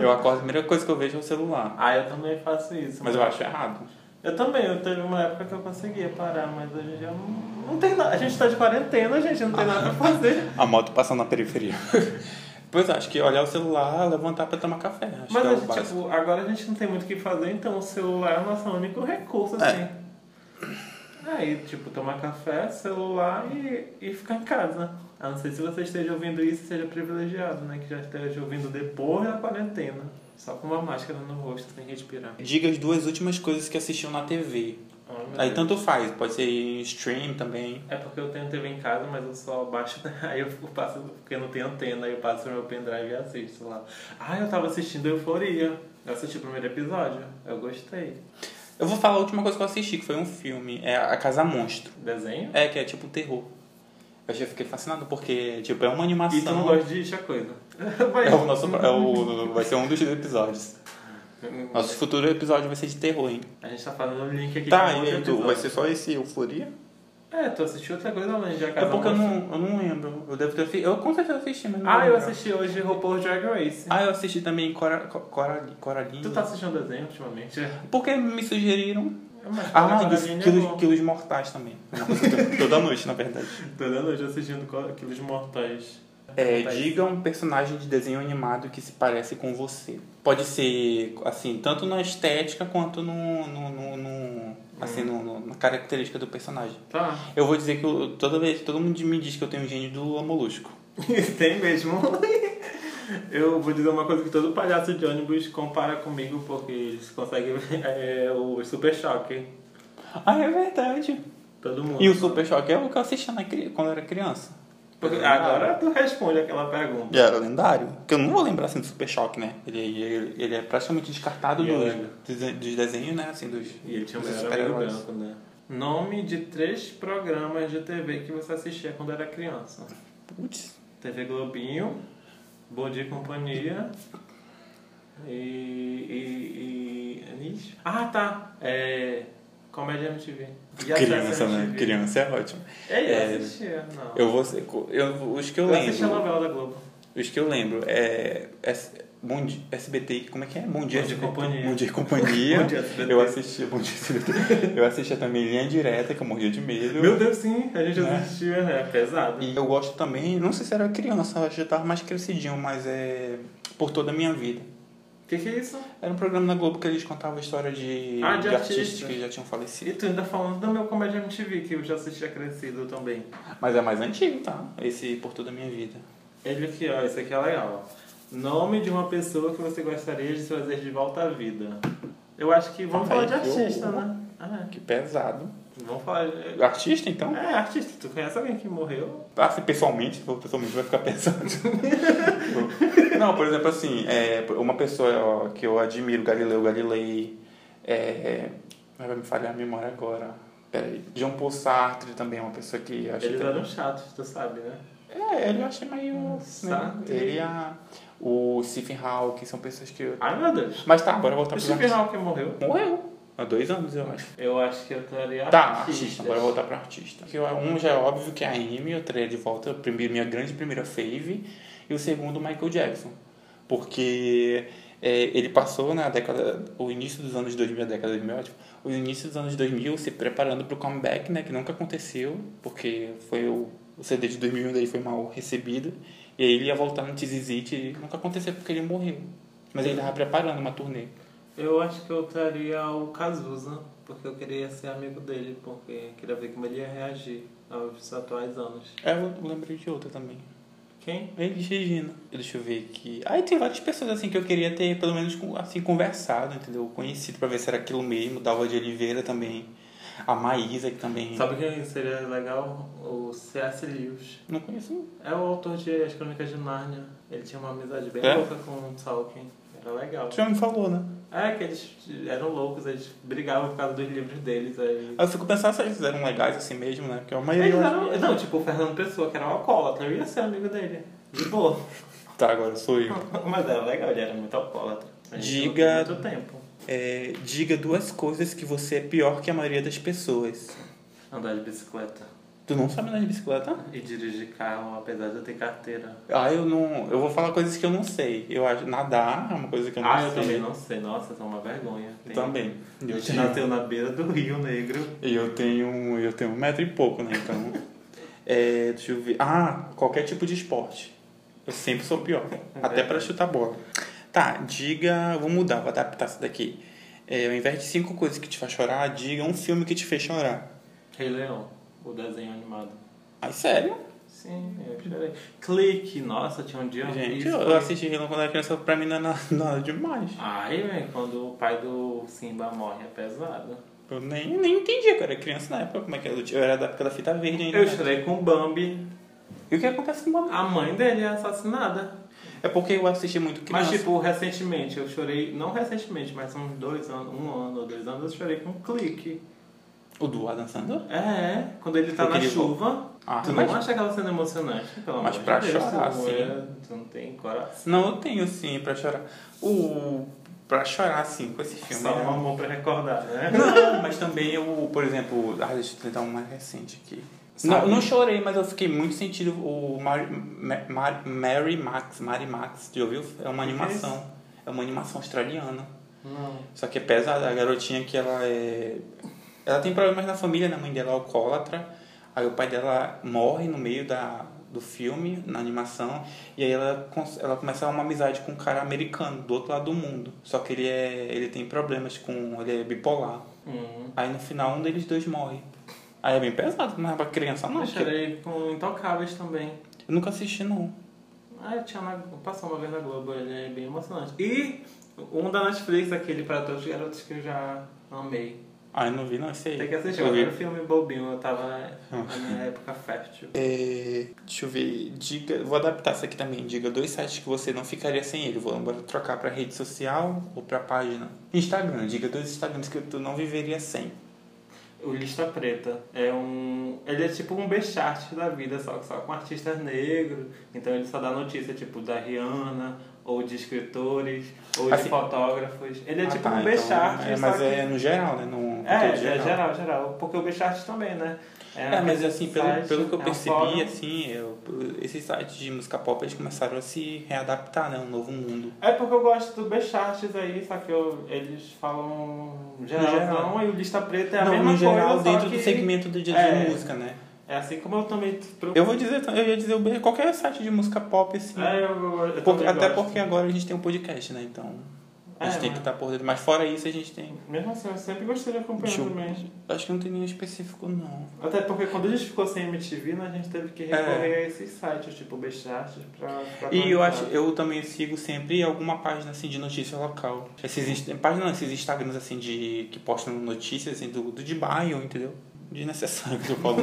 [SPEAKER 1] eu acordo, a primeira coisa que eu vejo é o celular.
[SPEAKER 2] Ah, eu também faço isso.
[SPEAKER 1] Mas eu acho errado.
[SPEAKER 2] Eu também, eu teve uma época que eu conseguia parar, mas hoje já não, não tem nada. A gente tá de quarentena, gente, não tem nada pra fazer.
[SPEAKER 1] A moto passando na periferia. pois é, acho que olhar o celular, levantar pra tomar café. Acho
[SPEAKER 2] Mas,
[SPEAKER 1] que é o
[SPEAKER 2] tipo,
[SPEAKER 1] básico.
[SPEAKER 2] agora a gente não tem muito o que fazer, então o celular é o nosso único recurso,
[SPEAKER 1] É.
[SPEAKER 2] assim. Aí, tipo, tomar café, celular e, e ficar em casa. A não ser se você esteja ouvindo isso e seja privilegiado, né? Que já esteja ouvindo depois da quarentena. Só com uma máscara no rosto, sem respirar.
[SPEAKER 1] Diga as duas últimas coisas que assistiu na TV.
[SPEAKER 2] Ai, meu
[SPEAKER 1] Aí
[SPEAKER 2] Deus.
[SPEAKER 1] tanto faz, pode ser em stream também.
[SPEAKER 2] É porque eu tenho TV em casa, mas eu só baixo. Aí eu fico- passo, porque não tem antena, aí eu passo meu pendrive e assisto lá. Ah, eu tava assistindo Euforia. Eu assisti o primeiro episódio. Eu gostei.
[SPEAKER 1] Eu vou falar a última coisa que eu assisti, que foi um filme, é A Casa Monstro.
[SPEAKER 2] Desenho?
[SPEAKER 1] É, que é tipo um terror. Eu já fiquei fascinado, porque, tipo, é uma animação.
[SPEAKER 2] E tu não gosta de isso, é coisa. Mas-
[SPEAKER 1] É o nosso, é o, vai ser um dos episódios. Nosso futuro episódio vai ser de terror, hein?
[SPEAKER 2] A gente tá fazendo um link aqui.
[SPEAKER 1] tá, e
[SPEAKER 2] com outro
[SPEAKER 1] aí tu,
[SPEAKER 2] episódio.
[SPEAKER 1] vai ser só esse Euforia?
[SPEAKER 2] É, tu assistiu outra coisa além de A
[SPEAKER 1] É
[SPEAKER 2] Casa
[SPEAKER 1] porque eu
[SPEAKER 2] Monstro.
[SPEAKER 1] não, eu não lembro. Eu devo ter assistido. Eu com certeza assisti, mas não
[SPEAKER 2] Ah, eu
[SPEAKER 1] lembro.
[SPEAKER 2] assisti hoje RuPaul Drag Race.
[SPEAKER 1] Ah, eu assisti também Cora, Co- Corali- Coraline.
[SPEAKER 2] Tu tá assistindo desenho ultimamente? É
[SPEAKER 1] Porque me sugeriram.
[SPEAKER 2] Mas
[SPEAKER 1] Ah,
[SPEAKER 2] Coraline
[SPEAKER 1] e disse
[SPEAKER 2] é
[SPEAKER 1] quilos,
[SPEAKER 2] bom.
[SPEAKER 1] quilos mortais também. Uma coisa que eu- Toda noite, na verdade.
[SPEAKER 2] Toda noite assistindo Co- Quilos Mortais. Tá
[SPEAKER 1] É,
[SPEAKER 2] Mortais.
[SPEAKER 1] diga um personagem de desenho animado que se parece com você. Pode ser, assim, tanto na estética quanto no, no, no- no- assim, no- no- na característica do personagem.
[SPEAKER 2] Tá.
[SPEAKER 1] Eu vou dizer que eu- toda vez, todo mundo me diz que eu tenho um gênio do Lula Molusco.
[SPEAKER 2] Tem mesmo. Eu vou dizer uma coisa que todo palhaço de ônibus compara comigo, porque eles conseguem ver é, o Super Choque.
[SPEAKER 1] Ah, é verdade.
[SPEAKER 2] Todo mundo.
[SPEAKER 1] E o Super Ah. Choque é o que eu assistia na cri- quando eu era criança.
[SPEAKER 2] Porque agora tu responde aquela pergunta.
[SPEAKER 1] E era lendário. Porque eu não vou lembrar assim do Super Choque, né? Ele, ele, ele é praticamente descartado
[SPEAKER 2] Eu
[SPEAKER 1] dos,
[SPEAKER 2] lembro.
[SPEAKER 1] dos- dos desenhos, né? Assim, dos,
[SPEAKER 2] E ele tinha um
[SPEAKER 1] dos
[SPEAKER 2] melhor amigo
[SPEAKER 1] super-heróis.
[SPEAKER 2] branco, né? Nome de três programas de TV que você assistia quando era criança.
[SPEAKER 1] Putz.
[SPEAKER 2] TV Globinho, Bom Dia e Companhia e... e, e... Ixi. Ah, tá. É... Comédia MTV. E acesso
[SPEAKER 1] Criança, né?
[SPEAKER 2] MTV.
[SPEAKER 1] Criança é ótimo.
[SPEAKER 2] É,
[SPEAKER 1] É.
[SPEAKER 2] eu assistia, não.
[SPEAKER 1] Eu vou. ser- Eu, os que eu
[SPEAKER 2] Eu assisti a
[SPEAKER 1] lembro.
[SPEAKER 2] novela da Globo.
[SPEAKER 1] Os que eu lembro é, é- Bom Dia- SBT, como é que é? Bom Dia
[SPEAKER 2] Bom Dia
[SPEAKER 1] SBT.
[SPEAKER 2] Companhia.
[SPEAKER 1] Bom Dia e Companhia.
[SPEAKER 2] Bom Dia SBT.
[SPEAKER 1] Eu assistia, Bom Dia SBT. Eu assistia também Linha Direta, que eu morria de medo.
[SPEAKER 2] Meu Deus, sim, a gente
[SPEAKER 1] Né?
[SPEAKER 2] assistia, é pesado.
[SPEAKER 1] E eu gosto também, não sei se era criança, eu já tava mais crescidinho, mas é Por Toda a Minha Vida.
[SPEAKER 2] O que, que é isso?
[SPEAKER 1] Era um programa na Globo que eles contavam a história de,
[SPEAKER 2] Ah, de
[SPEAKER 1] artistas
[SPEAKER 2] artista.
[SPEAKER 1] que já tinham
[SPEAKER 2] E
[SPEAKER 1] falecido.
[SPEAKER 2] tu ainda falando do meu comédia MTV, que eu já assistia crescido também.
[SPEAKER 1] Mas é mais antigo, tá? Esse Por Toda a Minha Vida.
[SPEAKER 2] Ele aqui, ó, esse aqui é legal. ó. Nome de uma pessoa que você gostaria de trazer de volta à vida. Eu acho que vamos
[SPEAKER 1] Ai,
[SPEAKER 2] falar de
[SPEAKER 1] que
[SPEAKER 2] artista,
[SPEAKER 1] horror.
[SPEAKER 2] né? Ah,
[SPEAKER 1] Que pesado.
[SPEAKER 2] é. vamos falar. de-
[SPEAKER 1] Artista, então?
[SPEAKER 2] É, artista, tu conhece alguém que morreu?
[SPEAKER 1] Ah, se pessoalmente, se for pessoalmente vai ficar pensando. não, por exemplo, assim, é, uma pessoa ó, que eu admiro, Galileu Galilei, é, mas vai me falhar a memória agora. Peraí. Jean Paul Sartre também é uma pessoa que eu acho
[SPEAKER 2] Eles
[SPEAKER 1] que-
[SPEAKER 2] eram chatos, tu sabe, né?
[SPEAKER 1] É, ele eu achei meio. né?
[SPEAKER 2] Sartre.
[SPEAKER 1] Ele e a, o Stephen Hawking são pessoas que. eu-
[SPEAKER 2] Ai meu Deus.
[SPEAKER 1] Mas tá, bora voltar
[SPEAKER 2] O
[SPEAKER 1] pro
[SPEAKER 2] Stephen Hawking morreu?
[SPEAKER 1] Morreu. Há dois anos, eu acho.
[SPEAKER 2] Eu acho que eu traria
[SPEAKER 1] Tá,
[SPEAKER 2] artista.
[SPEAKER 1] artista, bora voltar pra artista. Que um já é óbvio que é a Amy, eu traria de volta a primeira- minha grande primeira fave, e o segundo Michael Jackson. Porque é, ele passou na década, o início dos anos 2000, a década de 2000, é ótimo, o início dos anos 2000 se preparando pro comeback, né, que nunca aconteceu, porque foi o, o CD de 2001 dele um foi mal recebido, e aí ele ia voltar no Tizizit e nunca aconteceu porque ele morreu. Mas ele tava preparando uma turnê.
[SPEAKER 2] Eu acho que eu traria o Cazuza, porque eu queria ser amigo dele, porque eu queria ver como ele ia reagir aos atuais anos.
[SPEAKER 1] É, Eu lembrei de outra também.
[SPEAKER 2] Quem?
[SPEAKER 1] Elis Regina. Deixa eu ver aqui. Aí tem várias pessoas assim que eu queria ter, pelo menos, com- assim, conversado, entendeu? Conhecido pra ver se era aquilo mesmo. Dalva de Oliveira também. A Maísa, que também.
[SPEAKER 2] Sabe quem seria legal? O C.S. Lewis.
[SPEAKER 1] Não conheço.
[SPEAKER 2] É o autor de As Crônicas de Nárnia. Ele tinha uma amizade bem
[SPEAKER 1] É?
[SPEAKER 2] louca com o Tolkien. Era legal.
[SPEAKER 1] Tu já me falou, né?
[SPEAKER 2] É, que eles eram loucos, eles brigavam por causa dos livros deles. Aí...
[SPEAKER 1] Aí eu fico pensando se eles eram legais assim mesmo, né? Porque a maioria.
[SPEAKER 2] Eles eram... Não, tipo o Fernando Pessoa, que era um alcoólatra. Eu ia ser amigo dele. De boa.
[SPEAKER 1] Tá, agora sou eu.
[SPEAKER 2] Mas era legal, ele era muito alcoólatra. A gente
[SPEAKER 1] Diga-
[SPEAKER 2] não tem Muito tempo.
[SPEAKER 1] É, diga duas coisas que você é pior que a maioria das pessoas.
[SPEAKER 2] Andar de bicicleta
[SPEAKER 1] Tu não sabe andar de bicicleta?
[SPEAKER 2] e dirigir carro, apesar de eu ter carteira.
[SPEAKER 1] Ah, eu não. Eu vou falar coisas que eu não sei. Eu acho. Nadar é uma coisa que eu não
[SPEAKER 2] ah,
[SPEAKER 1] sei.
[SPEAKER 2] eu também não sei. Nossa, isso é uma vergonha. Tem-
[SPEAKER 1] Também.
[SPEAKER 2] A
[SPEAKER 1] Eu
[SPEAKER 2] gente
[SPEAKER 1] tenho-
[SPEAKER 2] nasceu na beira do Rio Negro.
[SPEAKER 1] E eu tenho, eu tenho um metro e pouco, né? Então. é, deixa eu ver. Ah, qualquer tipo de esporte. Eu sempre sou pior. Até pra chutar bola. Tá, diga. Vou mudar, vou adaptar isso daqui. É, ao invés de cinco coisas que te faz chorar, diga um filme que te fez chorar.
[SPEAKER 2] Rei Leão, o desenho animado.
[SPEAKER 1] Ai, sério?
[SPEAKER 2] Sim, eu chorei. Clique, nossa, tinha um dia
[SPEAKER 1] Gente,
[SPEAKER 2] isso
[SPEAKER 1] eu, eu
[SPEAKER 2] foi-
[SPEAKER 1] assisti Rei Leão quando era criança, pra mim não é nada, nada demais.
[SPEAKER 2] Ai, velho, quando o pai do Simba morre é pesado.
[SPEAKER 1] Eu nem, nem entendia que eu era criança na época, como é que era. Eu era da época da fita verde ainda.
[SPEAKER 2] Eu
[SPEAKER 1] né?
[SPEAKER 2] chorei com o Bambi.
[SPEAKER 1] E o que acontece com o
[SPEAKER 2] A mãe dele é assassinada.
[SPEAKER 1] É porque eu assisti muito criança.
[SPEAKER 2] Mas, tipo, recentemente, eu chorei, não recentemente, mas uns dois anos, um ano ou dois anos, eu chorei com o clique. tipo,
[SPEAKER 1] O do Adam Sandler?
[SPEAKER 2] É, quando ele tá
[SPEAKER 1] Porque
[SPEAKER 2] na
[SPEAKER 1] ele
[SPEAKER 2] chuva.
[SPEAKER 1] Ah,
[SPEAKER 2] tu
[SPEAKER 1] mas-
[SPEAKER 2] não acha aquela cena emocionante? Pelo
[SPEAKER 1] Mas
[SPEAKER 2] amor
[SPEAKER 1] pra
[SPEAKER 2] de Deus,
[SPEAKER 1] chorar,
[SPEAKER 2] tu não é- tu não tem coração.
[SPEAKER 1] Não, eu tenho sim, pra chorar. O. Pra chorar, sim, com esse filme. né?
[SPEAKER 2] Só um amor pra recordar, né?
[SPEAKER 1] Não, mas também eu, por exemplo. Ah, deixa eu tentar um mais recente aqui. Não, eu não chorei, mas eu fiquei muito sentido. O Mary, Ma- Ma- Mary Max, Mary Max, já ouviu? É uma
[SPEAKER 2] Que que é
[SPEAKER 1] animação. É uma animação australiana.
[SPEAKER 2] Não.
[SPEAKER 1] Só que é pesada. A garotinha que ela é. Ela tem problemas na família, né? A mãe dela é alcoólatra. Aí o pai dela morre no meio da, do filme, na animação. E aí ela, cons- ela começa uma amizade com um cara americano, do outro lado do mundo. Só que ele, é, ele tem problemas com. Ele é bipolar.
[SPEAKER 2] Hum.
[SPEAKER 1] Aí no final um deles dois morre. Aí é bem pesado, não é pra criança, não.
[SPEAKER 2] Eu
[SPEAKER 1] porque Eu
[SPEAKER 2] chorei com Intocáveis também.
[SPEAKER 1] nunca assisti, não.
[SPEAKER 2] Ah, eu tinha na... passou uma vez na Globo, ele é bem emocionante. E um da Netflix, aquele para todos os garotos que eu já amei.
[SPEAKER 1] Aí não vi, não, esse aí.
[SPEAKER 2] Tem que assistir,
[SPEAKER 1] Eu
[SPEAKER 2] eu
[SPEAKER 1] vi.
[SPEAKER 2] era um filme bobinho, eu tava na minha época fértil.
[SPEAKER 1] É, deixa eu ver. Diga, vou adaptar isso aqui também. Diga dois sites que você não ficaria sem ele. Vou embora trocar pra rede social ou pra página. Instagram. Diga dois Instagrams que tu não viveria sem.
[SPEAKER 2] O Lista Preta é um. Ele é tipo um B-chart da vida, só que só com artistas negros. Então ele só dá notícia, tipo, da Rihanna, ou de escritores, ou
[SPEAKER 1] Assim-
[SPEAKER 2] de fotógrafos. Ele é
[SPEAKER 1] Ah,
[SPEAKER 2] tipo
[SPEAKER 1] tá,
[SPEAKER 2] um
[SPEAKER 1] então,
[SPEAKER 2] B-chart.
[SPEAKER 1] é,
[SPEAKER 2] só
[SPEAKER 1] mas
[SPEAKER 2] que-
[SPEAKER 1] é no geral, né? No, no
[SPEAKER 2] É,
[SPEAKER 1] todo
[SPEAKER 2] é geral, geral. Porque o Bechart também, né?
[SPEAKER 1] É, mas
[SPEAKER 2] aquele
[SPEAKER 1] assim, pelo,
[SPEAKER 2] site,
[SPEAKER 1] pelo que eu
[SPEAKER 2] é um
[SPEAKER 1] percebi,
[SPEAKER 2] fórum.
[SPEAKER 1] assim, eu- esses sites de música pop, eles começaram a se readaptar, né? Um novo mundo.
[SPEAKER 2] É porque eu gosto do Becharts aí, só que eu, eles falam geralzão
[SPEAKER 1] geral.
[SPEAKER 2] e o Lista Preta é a
[SPEAKER 1] Não,
[SPEAKER 2] mesma
[SPEAKER 1] no geral,
[SPEAKER 2] coisa, só
[SPEAKER 1] dentro
[SPEAKER 2] que...
[SPEAKER 1] do segmento de, de
[SPEAKER 2] É.
[SPEAKER 1] música, né?
[SPEAKER 2] É assim como eu também... pro-
[SPEAKER 1] Eu vou dizer, eu ia dizer o- qualquer site de música pop, assim.
[SPEAKER 2] É, eu, eu, eu
[SPEAKER 1] Por-
[SPEAKER 2] também
[SPEAKER 1] até
[SPEAKER 2] gosto.
[SPEAKER 1] porque agora a gente tem um podcast, né? Então, a gente
[SPEAKER 2] É,
[SPEAKER 1] tem
[SPEAKER 2] mas-
[SPEAKER 1] que estar por dentro. Mas fora isso, a gente tem...
[SPEAKER 2] Mesmo assim, eu sempre gostei de acompanhar
[SPEAKER 1] Deixa eu-
[SPEAKER 2] também.
[SPEAKER 1] Acho que não tem nenhum específico, não.
[SPEAKER 2] Até porque quando a gente ficou sem MTV, né, a gente teve que recorrer a esses sites, tipo o Becharts, pra, pra...
[SPEAKER 1] É. E eu
[SPEAKER 2] conectar.
[SPEAKER 1] acho, eu também sigo sempre alguma página assim de notícia local. Esses inst- páginas, não, esses Instagrams assim de que postam notícias assim do, do de bairro, entendeu? Desnecessário que eu falo.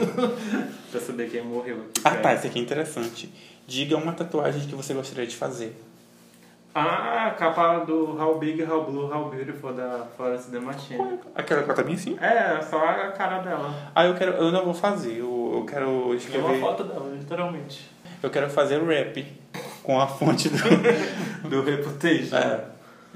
[SPEAKER 2] Pra saber quem morreu aqui.
[SPEAKER 1] ah,
[SPEAKER 2] perto.
[SPEAKER 1] tá, esse aqui é interessante. Diga uma tatuagem que você gostaria de fazer.
[SPEAKER 2] Ah, a capa do How Big, How Blue, How Beautiful da Florence The Machine.
[SPEAKER 1] Aquela que tá bem assim?
[SPEAKER 2] É, só a cara dela.
[SPEAKER 1] Ah, eu quero, eu não vou fazer. Eu, eu quero
[SPEAKER 2] E uma
[SPEAKER 1] escrever.
[SPEAKER 2] foto dela, literalmente.
[SPEAKER 1] Eu quero fazer rap com a fonte do
[SPEAKER 2] Do Reputation.
[SPEAKER 1] É,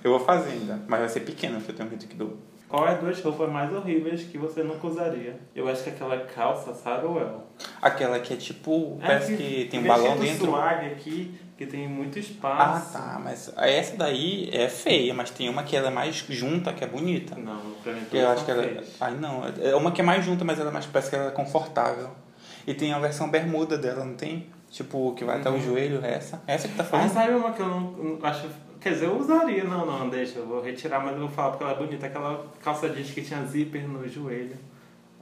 [SPEAKER 1] eu vou fazer ainda, mas vai ser pequena, porque eu tenho um medo que dou.
[SPEAKER 2] Qual é as duas roupas mais horríveis que você nunca usaria? Eu acho que aquela calça Saruel.
[SPEAKER 1] Aquela que é tipo,
[SPEAKER 2] É
[SPEAKER 1] parece que tem um balão
[SPEAKER 2] vestido
[SPEAKER 1] dentro.
[SPEAKER 2] suave aqui, que tem muito
[SPEAKER 1] Ah,
[SPEAKER 2] espaço.
[SPEAKER 1] tá, mas essa daí é feia, mas tem uma que ela é mais junta, que é bonita.
[SPEAKER 2] Não, pra mim
[SPEAKER 1] Que eu
[SPEAKER 2] todas
[SPEAKER 1] acho que
[SPEAKER 2] são
[SPEAKER 1] ela.
[SPEAKER 2] feias.
[SPEAKER 1] Ai, não, é uma que é mais junta, mas ela é mais parece que ela é confortável. E tem a versão bermuda dela, não tem? Tipo, que vai
[SPEAKER 2] Uhum.
[SPEAKER 1] até o joelho, essa. Essa que tá
[SPEAKER 2] Ah,
[SPEAKER 1] falando?
[SPEAKER 2] sabe uma que eu não, não acho... Quer dizer, eu usaria. Não, não, deixa. Eu vou retirar, mas eu vou falar porque ela é bonita. Aquela calça jeans que tinha zíper no joelho.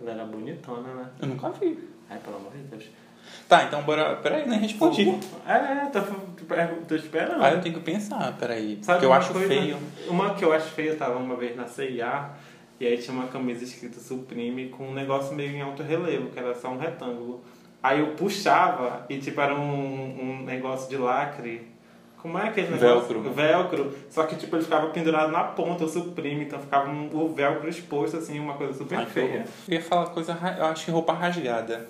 [SPEAKER 2] Ela era bonitona, né?
[SPEAKER 1] Eu nunca vi.
[SPEAKER 2] Ai, pelo amor de Deus.
[SPEAKER 1] Tá, então bora. Peraí, nem respondi.
[SPEAKER 2] É, tô, tô- tô esperando.
[SPEAKER 1] Aí eu tenho que pensar, peraí.
[SPEAKER 2] Sabe
[SPEAKER 1] Porque eu
[SPEAKER 2] uma
[SPEAKER 1] acho
[SPEAKER 2] coisa?
[SPEAKER 1] feio.
[SPEAKER 2] Uma que eu acho feia, eu tava uma vez na CIA e aí tinha uma camisa escrita Supreme com um negócio meio em alto relevo, que era só um retângulo. Aí eu puxava e tipo era um, um negócio de lacre. Como é aquele negócio?
[SPEAKER 1] Velcro. né?
[SPEAKER 2] Velcro. Só que tipo ele ficava pendurado na ponta, o Supreme, então ficava um- o velcro exposto assim, uma coisa super
[SPEAKER 1] Ai, que
[SPEAKER 2] feia.
[SPEAKER 1] horror. Eu ia falar coisa, ra- eu acho que roupa rasgada.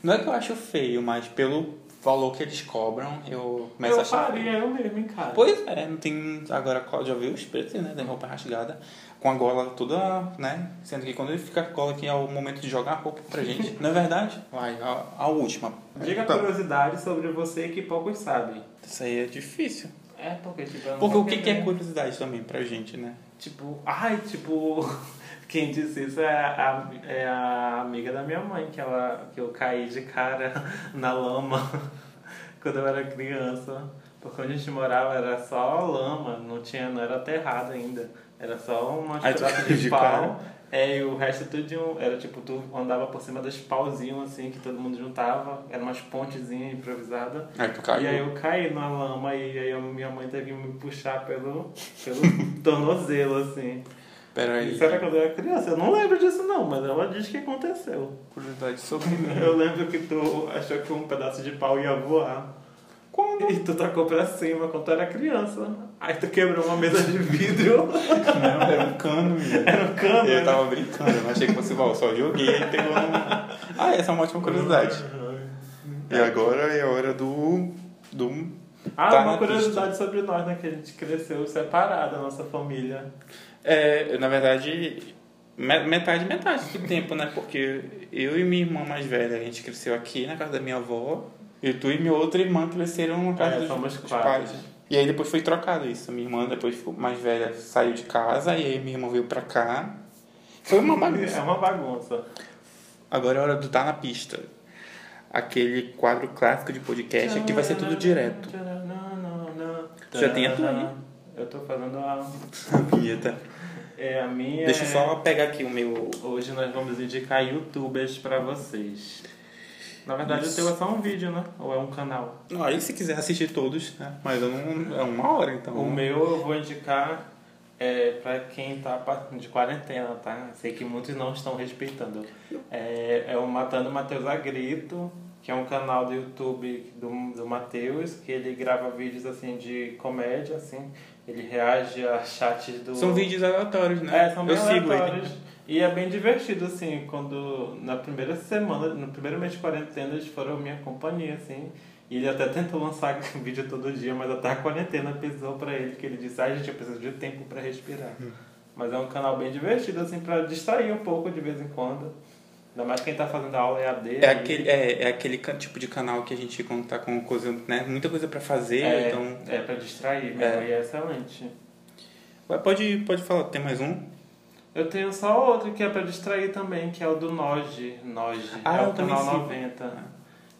[SPEAKER 1] Não é que eu acho feio, mas pelo valor que eles cobram, eu começo a
[SPEAKER 2] eu
[SPEAKER 1] achar.
[SPEAKER 2] faria eu mesmo em casa.
[SPEAKER 1] Pois é, não tem. Agora co- já viu os pretos, né? Tem roupa rasgada, com a gola toda, né? Sendo que quando ele fica com a gola aqui é o momento de jogar a roupa pra gente. Não é verdade? Vai, a, a última.
[SPEAKER 2] Diga
[SPEAKER 1] Tá.
[SPEAKER 2] curiosidade sobre você que poucos sabem.
[SPEAKER 1] Isso aí é difícil.
[SPEAKER 2] É, porque tipo... eu não
[SPEAKER 1] Porque o
[SPEAKER 2] sei
[SPEAKER 1] que, que é
[SPEAKER 2] né?
[SPEAKER 1] curiosidade também pra gente, né?
[SPEAKER 2] Tipo, ai, tipo, quem disse isso é a, é a amiga da minha mãe, que, ela, que eu caí de cara na lama quando eu era criança. Porque onde a gente morava era só lama, não tinha, não era terrado ainda. Era só um
[SPEAKER 1] Ai, tu
[SPEAKER 2] pedaço
[SPEAKER 1] caiu
[SPEAKER 2] de,
[SPEAKER 1] de cara.
[SPEAKER 2] pau. É, e o resto tudo de um- era tipo, tu andava por cima dos pauzinhos assim que todo mundo juntava, eram umas pontezinhas improvisadas.
[SPEAKER 1] Aí tu caiu.
[SPEAKER 2] E É, aí eu caí na lama e aí a minha mãe teve que me puxar pelo, pelo tornozelo, assim.
[SPEAKER 1] Peraí.
[SPEAKER 2] Isso era quando eu era criança. Eu não lembro disso não, mas ela diz que aconteceu.
[SPEAKER 1] Curiosidade sobre mim.
[SPEAKER 2] Eu lembro que tu achou que um pedaço de pau ia voar.
[SPEAKER 1] Quando?
[SPEAKER 2] E tu tacou pra cima quando tu era criança. Aí tu quebrou uma mesa de vidro.
[SPEAKER 1] Não, era um cano, menino.
[SPEAKER 2] Era um cano,
[SPEAKER 1] Eu
[SPEAKER 2] né?
[SPEAKER 1] tava brincando, eu não achei que fosse mal, só joguei e pegou um. Ah, essa é uma ótima curiosidade. E agora é a hora do. do.
[SPEAKER 2] Ah,
[SPEAKER 1] Tá
[SPEAKER 2] uma
[SPEAKER 1] na
[SPEAKER 2] curiosidade sobre nós, né? Que a gente cresceu separada, a nossa família.
[SPEAKER 1] É, na verdade, me- metade, metade do tempo, né? Porque eu e minha irmã mais velha, a gente cresceu aqui na casa da minha avó. E tu e minha outra irmã cresceram na casa
[SPEAKER 2] É,
[SPEAKER 1] dos,
[SPEAKER 2] somos
[SPEAKER 1] dos
[SPEAKER 2] quatro.
[SPEAKER 1] pais. E aí depois foi trocado isso. Minha irmã depois ficou mais velha, saiu de casa, e aí minha irmã veio pra cá. Foi uma bagunça.
[SPEAKER 2] É uma bagunça.
[SPEAKER 1] Agora é a hora do Tá na Pista. Aquele quadro clássico de podcast. Aqui vai ser tudo direto. Já tem a tua aí.
[SPEAKER 2] Eu tô falando a,
[SPEAKER 1] A vinheta.
[SPEAKER 2] é, a minha.
[SPEAKER 1] Deixa eu
[SPEAKER 2] é-
[SPEAKER 1] só pegar aqui o meu.
[SPEAKER 2] Hoje nós vamos indicar youtubers pra vocês. Na verdade, o teu é só um vídeo, né? Ou é um canal?
[SPEAKER 1] Não, Aí se quiser assistir todos, né? Mas eu não. É uma hora então.
[SPEAKER 2] O meu eu vou indicar é, pra quem tá passando de quarentena, tá? Sei que muitos não estão respeitando. É, é o Matando Matheus a Grito, que é um canal do YouTube do, do Matheus, que ele grava vídeos assim de comédia, assim. Ele reage a chats do.
[SPEAKER 1] São vídeos aleatórios, né?
[SPEAKER 2] É, são bem
[SPEAKER 1] eu
[SPEAKER 2] aleatórios.
[SPEAKER 1] sigo ele.
[SPEAKER 2] E é bem divertido, assim, quando na primeira semana, no primeiro mês de quarentena, eles foram minha companhia, assim. E ele até tentou lançar vídeo todo dia, mas até a quarentena pesou pra ele, que ele disse, ai gente, eu preciso de tempo
[SPEAKER 1] Hum.
[SPEAKER 2] pra respirar. Mas é um canal bem divertido, assim, pra distrair um pouco de vez em quando. Ainda mais quem tá fazendo aula EAD.
[SPEAKER 1] É aquele, é, é aquele can- tipo de canal que a gente quando tá com coisa, né, muita coisa pra fazer,
[SPEAKER 2] é,
[SPEAKER 1] então...
[SPEAKER 2] é pra distrair, mas
[SPEAKER 1] É.
[SPEAKER 2] aí é excelente.
[SPEAKER 1] Ué, pode, pode falar, tem mais um?
[SPEAKER 2] Eu tenho só outro que é pra distrair também, que é o do Noge. Noge.
[SPEAKER 1] Ah,
[SPEAKER 2] é
[SPEAKER 1] eu
[SPEAKER 2] o
[SPEAKER 1] também
[SPEAKER 2] canal
[SPEAKER 1] sigo. Ah.
[SPEAKER 2] 90.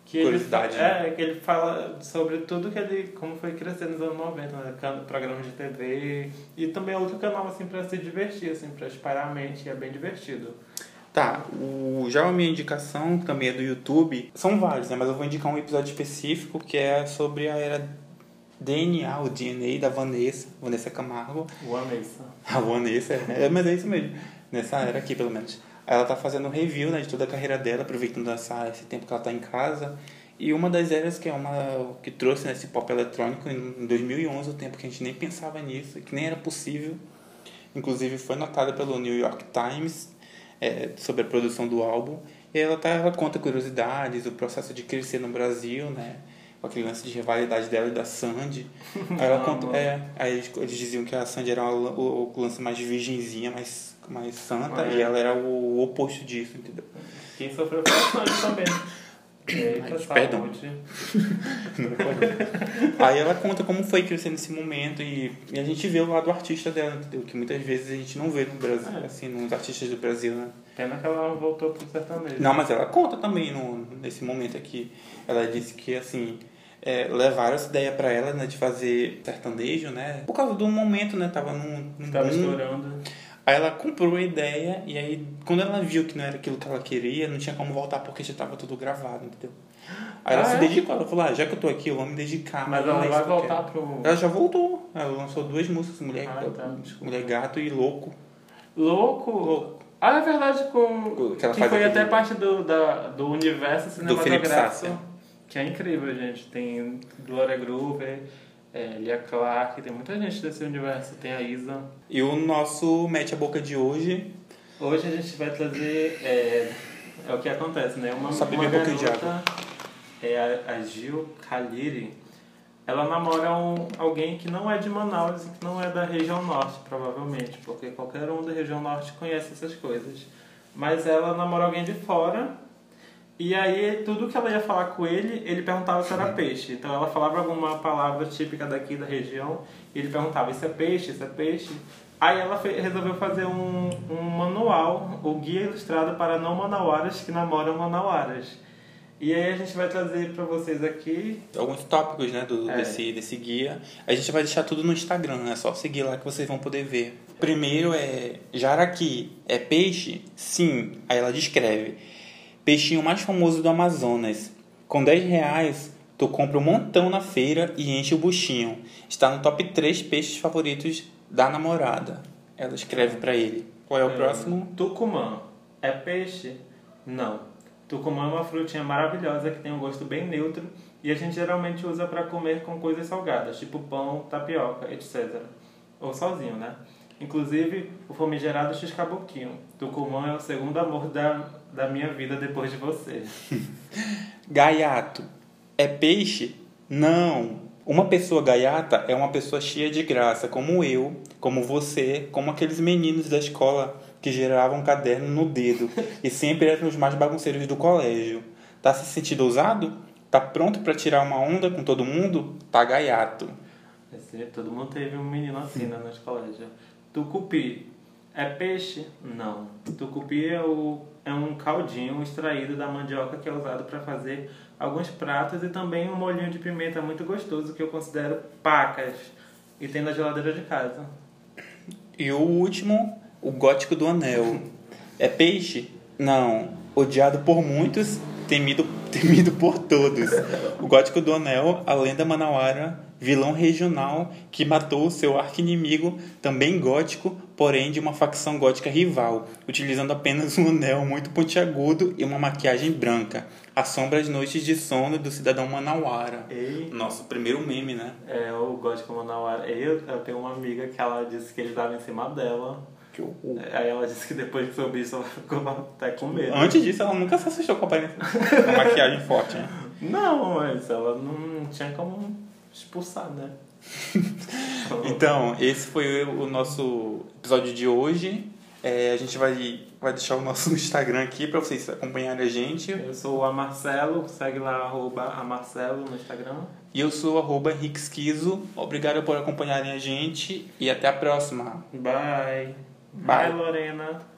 [SPEAKER 2] Que
[SPEAKER 1] Curiosidade, né?
[SPEAKER 2] Ele, é, que ele fala sobre tudo que ele. como foi crescer nos anos 90, né? Can- Programas de TV. E também é outro canal, assim, pra se divertir, assim, pra espalhar a mente. E é bem divertido.
[SPEAKER 1] Tá, o, já a minha indicação também é do YouTube. São vários, né? Mas eu vou indicar um episódio específico que é sobre a era DNA, o DNA da Vanessa, Vanessa Camargo.
[SPEAKER 2] O Amessa.
[SPEAKER 1] A Vanessa, é, é, mas é isso mesmo. Nessa era aqui, pelo menos. Ela tá fazendo um review né, de toda a carreira dela, aproveitando essa, esse tempo que ela tá em casa. E uma das eras que é uma que trouxe né, esse pop eletrônico em 2011, o tempo que a gente nem pensava nisso, que nem era possível. Inclusive foi notada pelo New York Times é, sobre a produção do álbum. E ela, tá, ela conta curiosidades, o processo de crescer no Brasil, né? Com aquele lance de rivalidade dela e da Sandy. Aí ela conta,
[SPEAKER 2] Amo.
[SPEAKER 1] é, aí eles, eles diziam que a Sandy era o, o, o lance mais virgenzinha, mais, mais santa,
[SPEAKER 2] É.
[SPEAKER 1] e ela era o, oposto disso, entendeu?
[SPEAKER 2] Quem sofreu foi o Noge também. Eita,
[SPEAKER 1] Mas, perdão.
[SPEAKER 2] saúde.
[SPEAKER 1] Aí ela conta como foi crescer nesse momento e, e a gente vê o lado artista dela, entendeu? Que muitas vezes a gente não vê no Brasil,
[SPEAKER 2] É.
[SPEAKER 1] assim, nos artistas do Brasil, né?
[SPEAKER 2] Pena que ela voltou pro sertanejo.
[SPEAKER 1] Não, mas ela conta também no, nesse momento aqui. Ela disse que, assim, é, levaram essa ideia pra ela, né, de fazer sertanejo, né? Por causa do momento, né? Tava num, num
[SPEAKER 2] Tava
[SPEAKER 1] boom. Hum.
[SPEAKER 2] estourando.
[SPEAKER 1] Aí ela comprou a ideia e aí quando ela viu que não era aquilo que ela queria, não tinha como voltar porque já tava tudo gravado, entendeu? Aí ela
[SPEAKER 2] Ah,
[SPEAKER 1] se
[SPEAKER 2] é?
[SPEAKER 1] dedicou, ela falou, ah, já que eu tô aqui, eu vou me dedicar.
[SPEAKER 2] Mas
[SPEAKER 1] não
[SPEAKER 2] ela
[SPEAKER 1] é
[SPEAKER 2] vai
[SPEAKER 1] isso que eu
[SPEAKER 2] voltar pro.
[SPEAKER 1] quero. Ela já voltou. Ela lançou duas músicas, Mulher,
[SPEAKER 2] Ah, tá.
[SPEAKER 1] Mulher Gato e Louco.
[SPEAKER 2] Louco?
[SPEAKER 1] Louco.
[SPEAKER 2] Ah, é verdade, com...
[SPEAKER 1] Que
[SPEAKER 2] que,
[SPEAKER 1] ela faz aquele-
[SPEAKER 2] foi até parte do, da, do universo
[SPEAKER 1] Felipe
[SPEAKER 2] cinematográfico.
[SPEAKER 1] Sasser.
[SPEAKER 2] que é incrível, gente. Tem Gloria Groover, é, Lia Clark, tem muita gente desse universo. Tem a Isa.
[SPEAKER 1] E o nosso Mete a Boca de hoje,
[SPEAKER 2] Hoje a gente vai trazer. É, é o que acontece, né? Uma,
[SPEAKER 1] Só beber
[SPEAKER 2] uma
[SPEAKER 1] um pouquinho de
[SPEAKER 2] garota, é a, a Gil Kaliri, ela namora um, alguém que não é de Manaus e que não é da região norte, provavelmente, porque qualquer um da região norte conhece essas coisas. Mas ela namora alguém de fora. E aí, tudo que ela ia falar com ele, ele perguntava se era peixe. Então, ela falava alguma palavra típica daqui da região, e ele perguntava: Isso é peixe? Isso é peixe? Aí, ela fe- resolveu fazer um, um manual, o Guia Ilustrado para Não Manauaras que Namoram Manauaras. E aí, a gente vai trazer para vocês aqui
[SPEAKER 1] alguns tópicos, né, do,
[SPEAKER 2] É.
[SPEAKER 1] desse, desse guia. A gente vai deixar tudo no Instagram, é só seguir lá que vocês vão poder ver. Primeiro é jaraqui, é peixe? Sim. Aí ela descreve. Peixinho mais famoso do Amazonas. Com 10 reais, tu compra um montão na feira e enche o buchinho. Está no top 3 peixes favoritos da namorada. Ela escreve pra ele. Qual é o
[SPEAKER 2] É,
[SPEAKER 1] próximo?
[SPEAKER 2] Tucumã. É peixe? Não. Tucumã é uma frutinha maravilhosa que tem um gosto bem neutro e a gente geralmente usa para comer com coisas salgadas, tipo pão, tapioca, etc. Ou sozinho, né? Inclusive, o famigerado x-caboquinho. Tucumã é o segundo amor da, da minha vida depois de você.
[SPEAKER 1] Gaiato. É peixe? Não. Uma pessoa gaiata é uma pessoa cheia de graça, como eu, como você, como aqueles meninos da escola que geravam um caderno no dedo e sempre eram os mais bagunceiros do colégio. Tá se sentindo ousado? Tá pronto pra tirar uma onda com todo mundo? Tá gaiato.
[SPEAKER 2] Esse- É todo mundo teve um menino assim né, nas colégios. Tucupi. É peixe? Não. Tucupi é, o, é um caldinho extraído da mandioca que é usado para fazer alguns pratos e também um molhinho de pimenta muito gostoso que eu considero pacas. E tem na geladeira de casa.
[SPEAKER 1] E o último, o gótico do anel. É peixe? Não. Odiado por muitos, temido, temido por todos. O gótico do anel, a lenda manauara, vilão regional que matou seu arqui-inimigo, também gótico, porém de uma facção gótica rival, utilizando apenas um anel muito pontiagudo e uma maquiagem branca. Assombra as noites de sono do cidadão manauara.
[SPEAKER 2] E
[SPEAKER 1] Nosso primeiro meme, né?
[SPEAKER 2] é, eu gosto como na hora. Eu, eu tenho uma amiga que ela disse que ele estava em cima dela.
[SPEAKER 1] Que horror.
[SPEAKER 2] Aí ela disse que depois que soube isso ela ficou até com medo.
[SPEAKER 1] Antes disso, ela nunca se assustou com a aparência. A maquiagem forte, né?
[SPEAKER 2] Não, mas ela não tinha como expulsar, né?
[SPEAKER 1] Então, esse foi o nosso episódio de hoje. É, a gente vai, vai deixar o nosso Instagram aqui pra vocês acompanharem a gente.
[SPEAKER 2] Eu sou o Amarcelo, segue lá arroba Amarcelo no Instagram.
[SPEAKER 1] E eu sou o arroba Henrique Esquizo. Obrigado por acompanharem a gente e até a próxima.
[SPEAKER 2] Bye.
[SPEAKER 1] Bye.
[SPEAKER 2] Bye Lorena.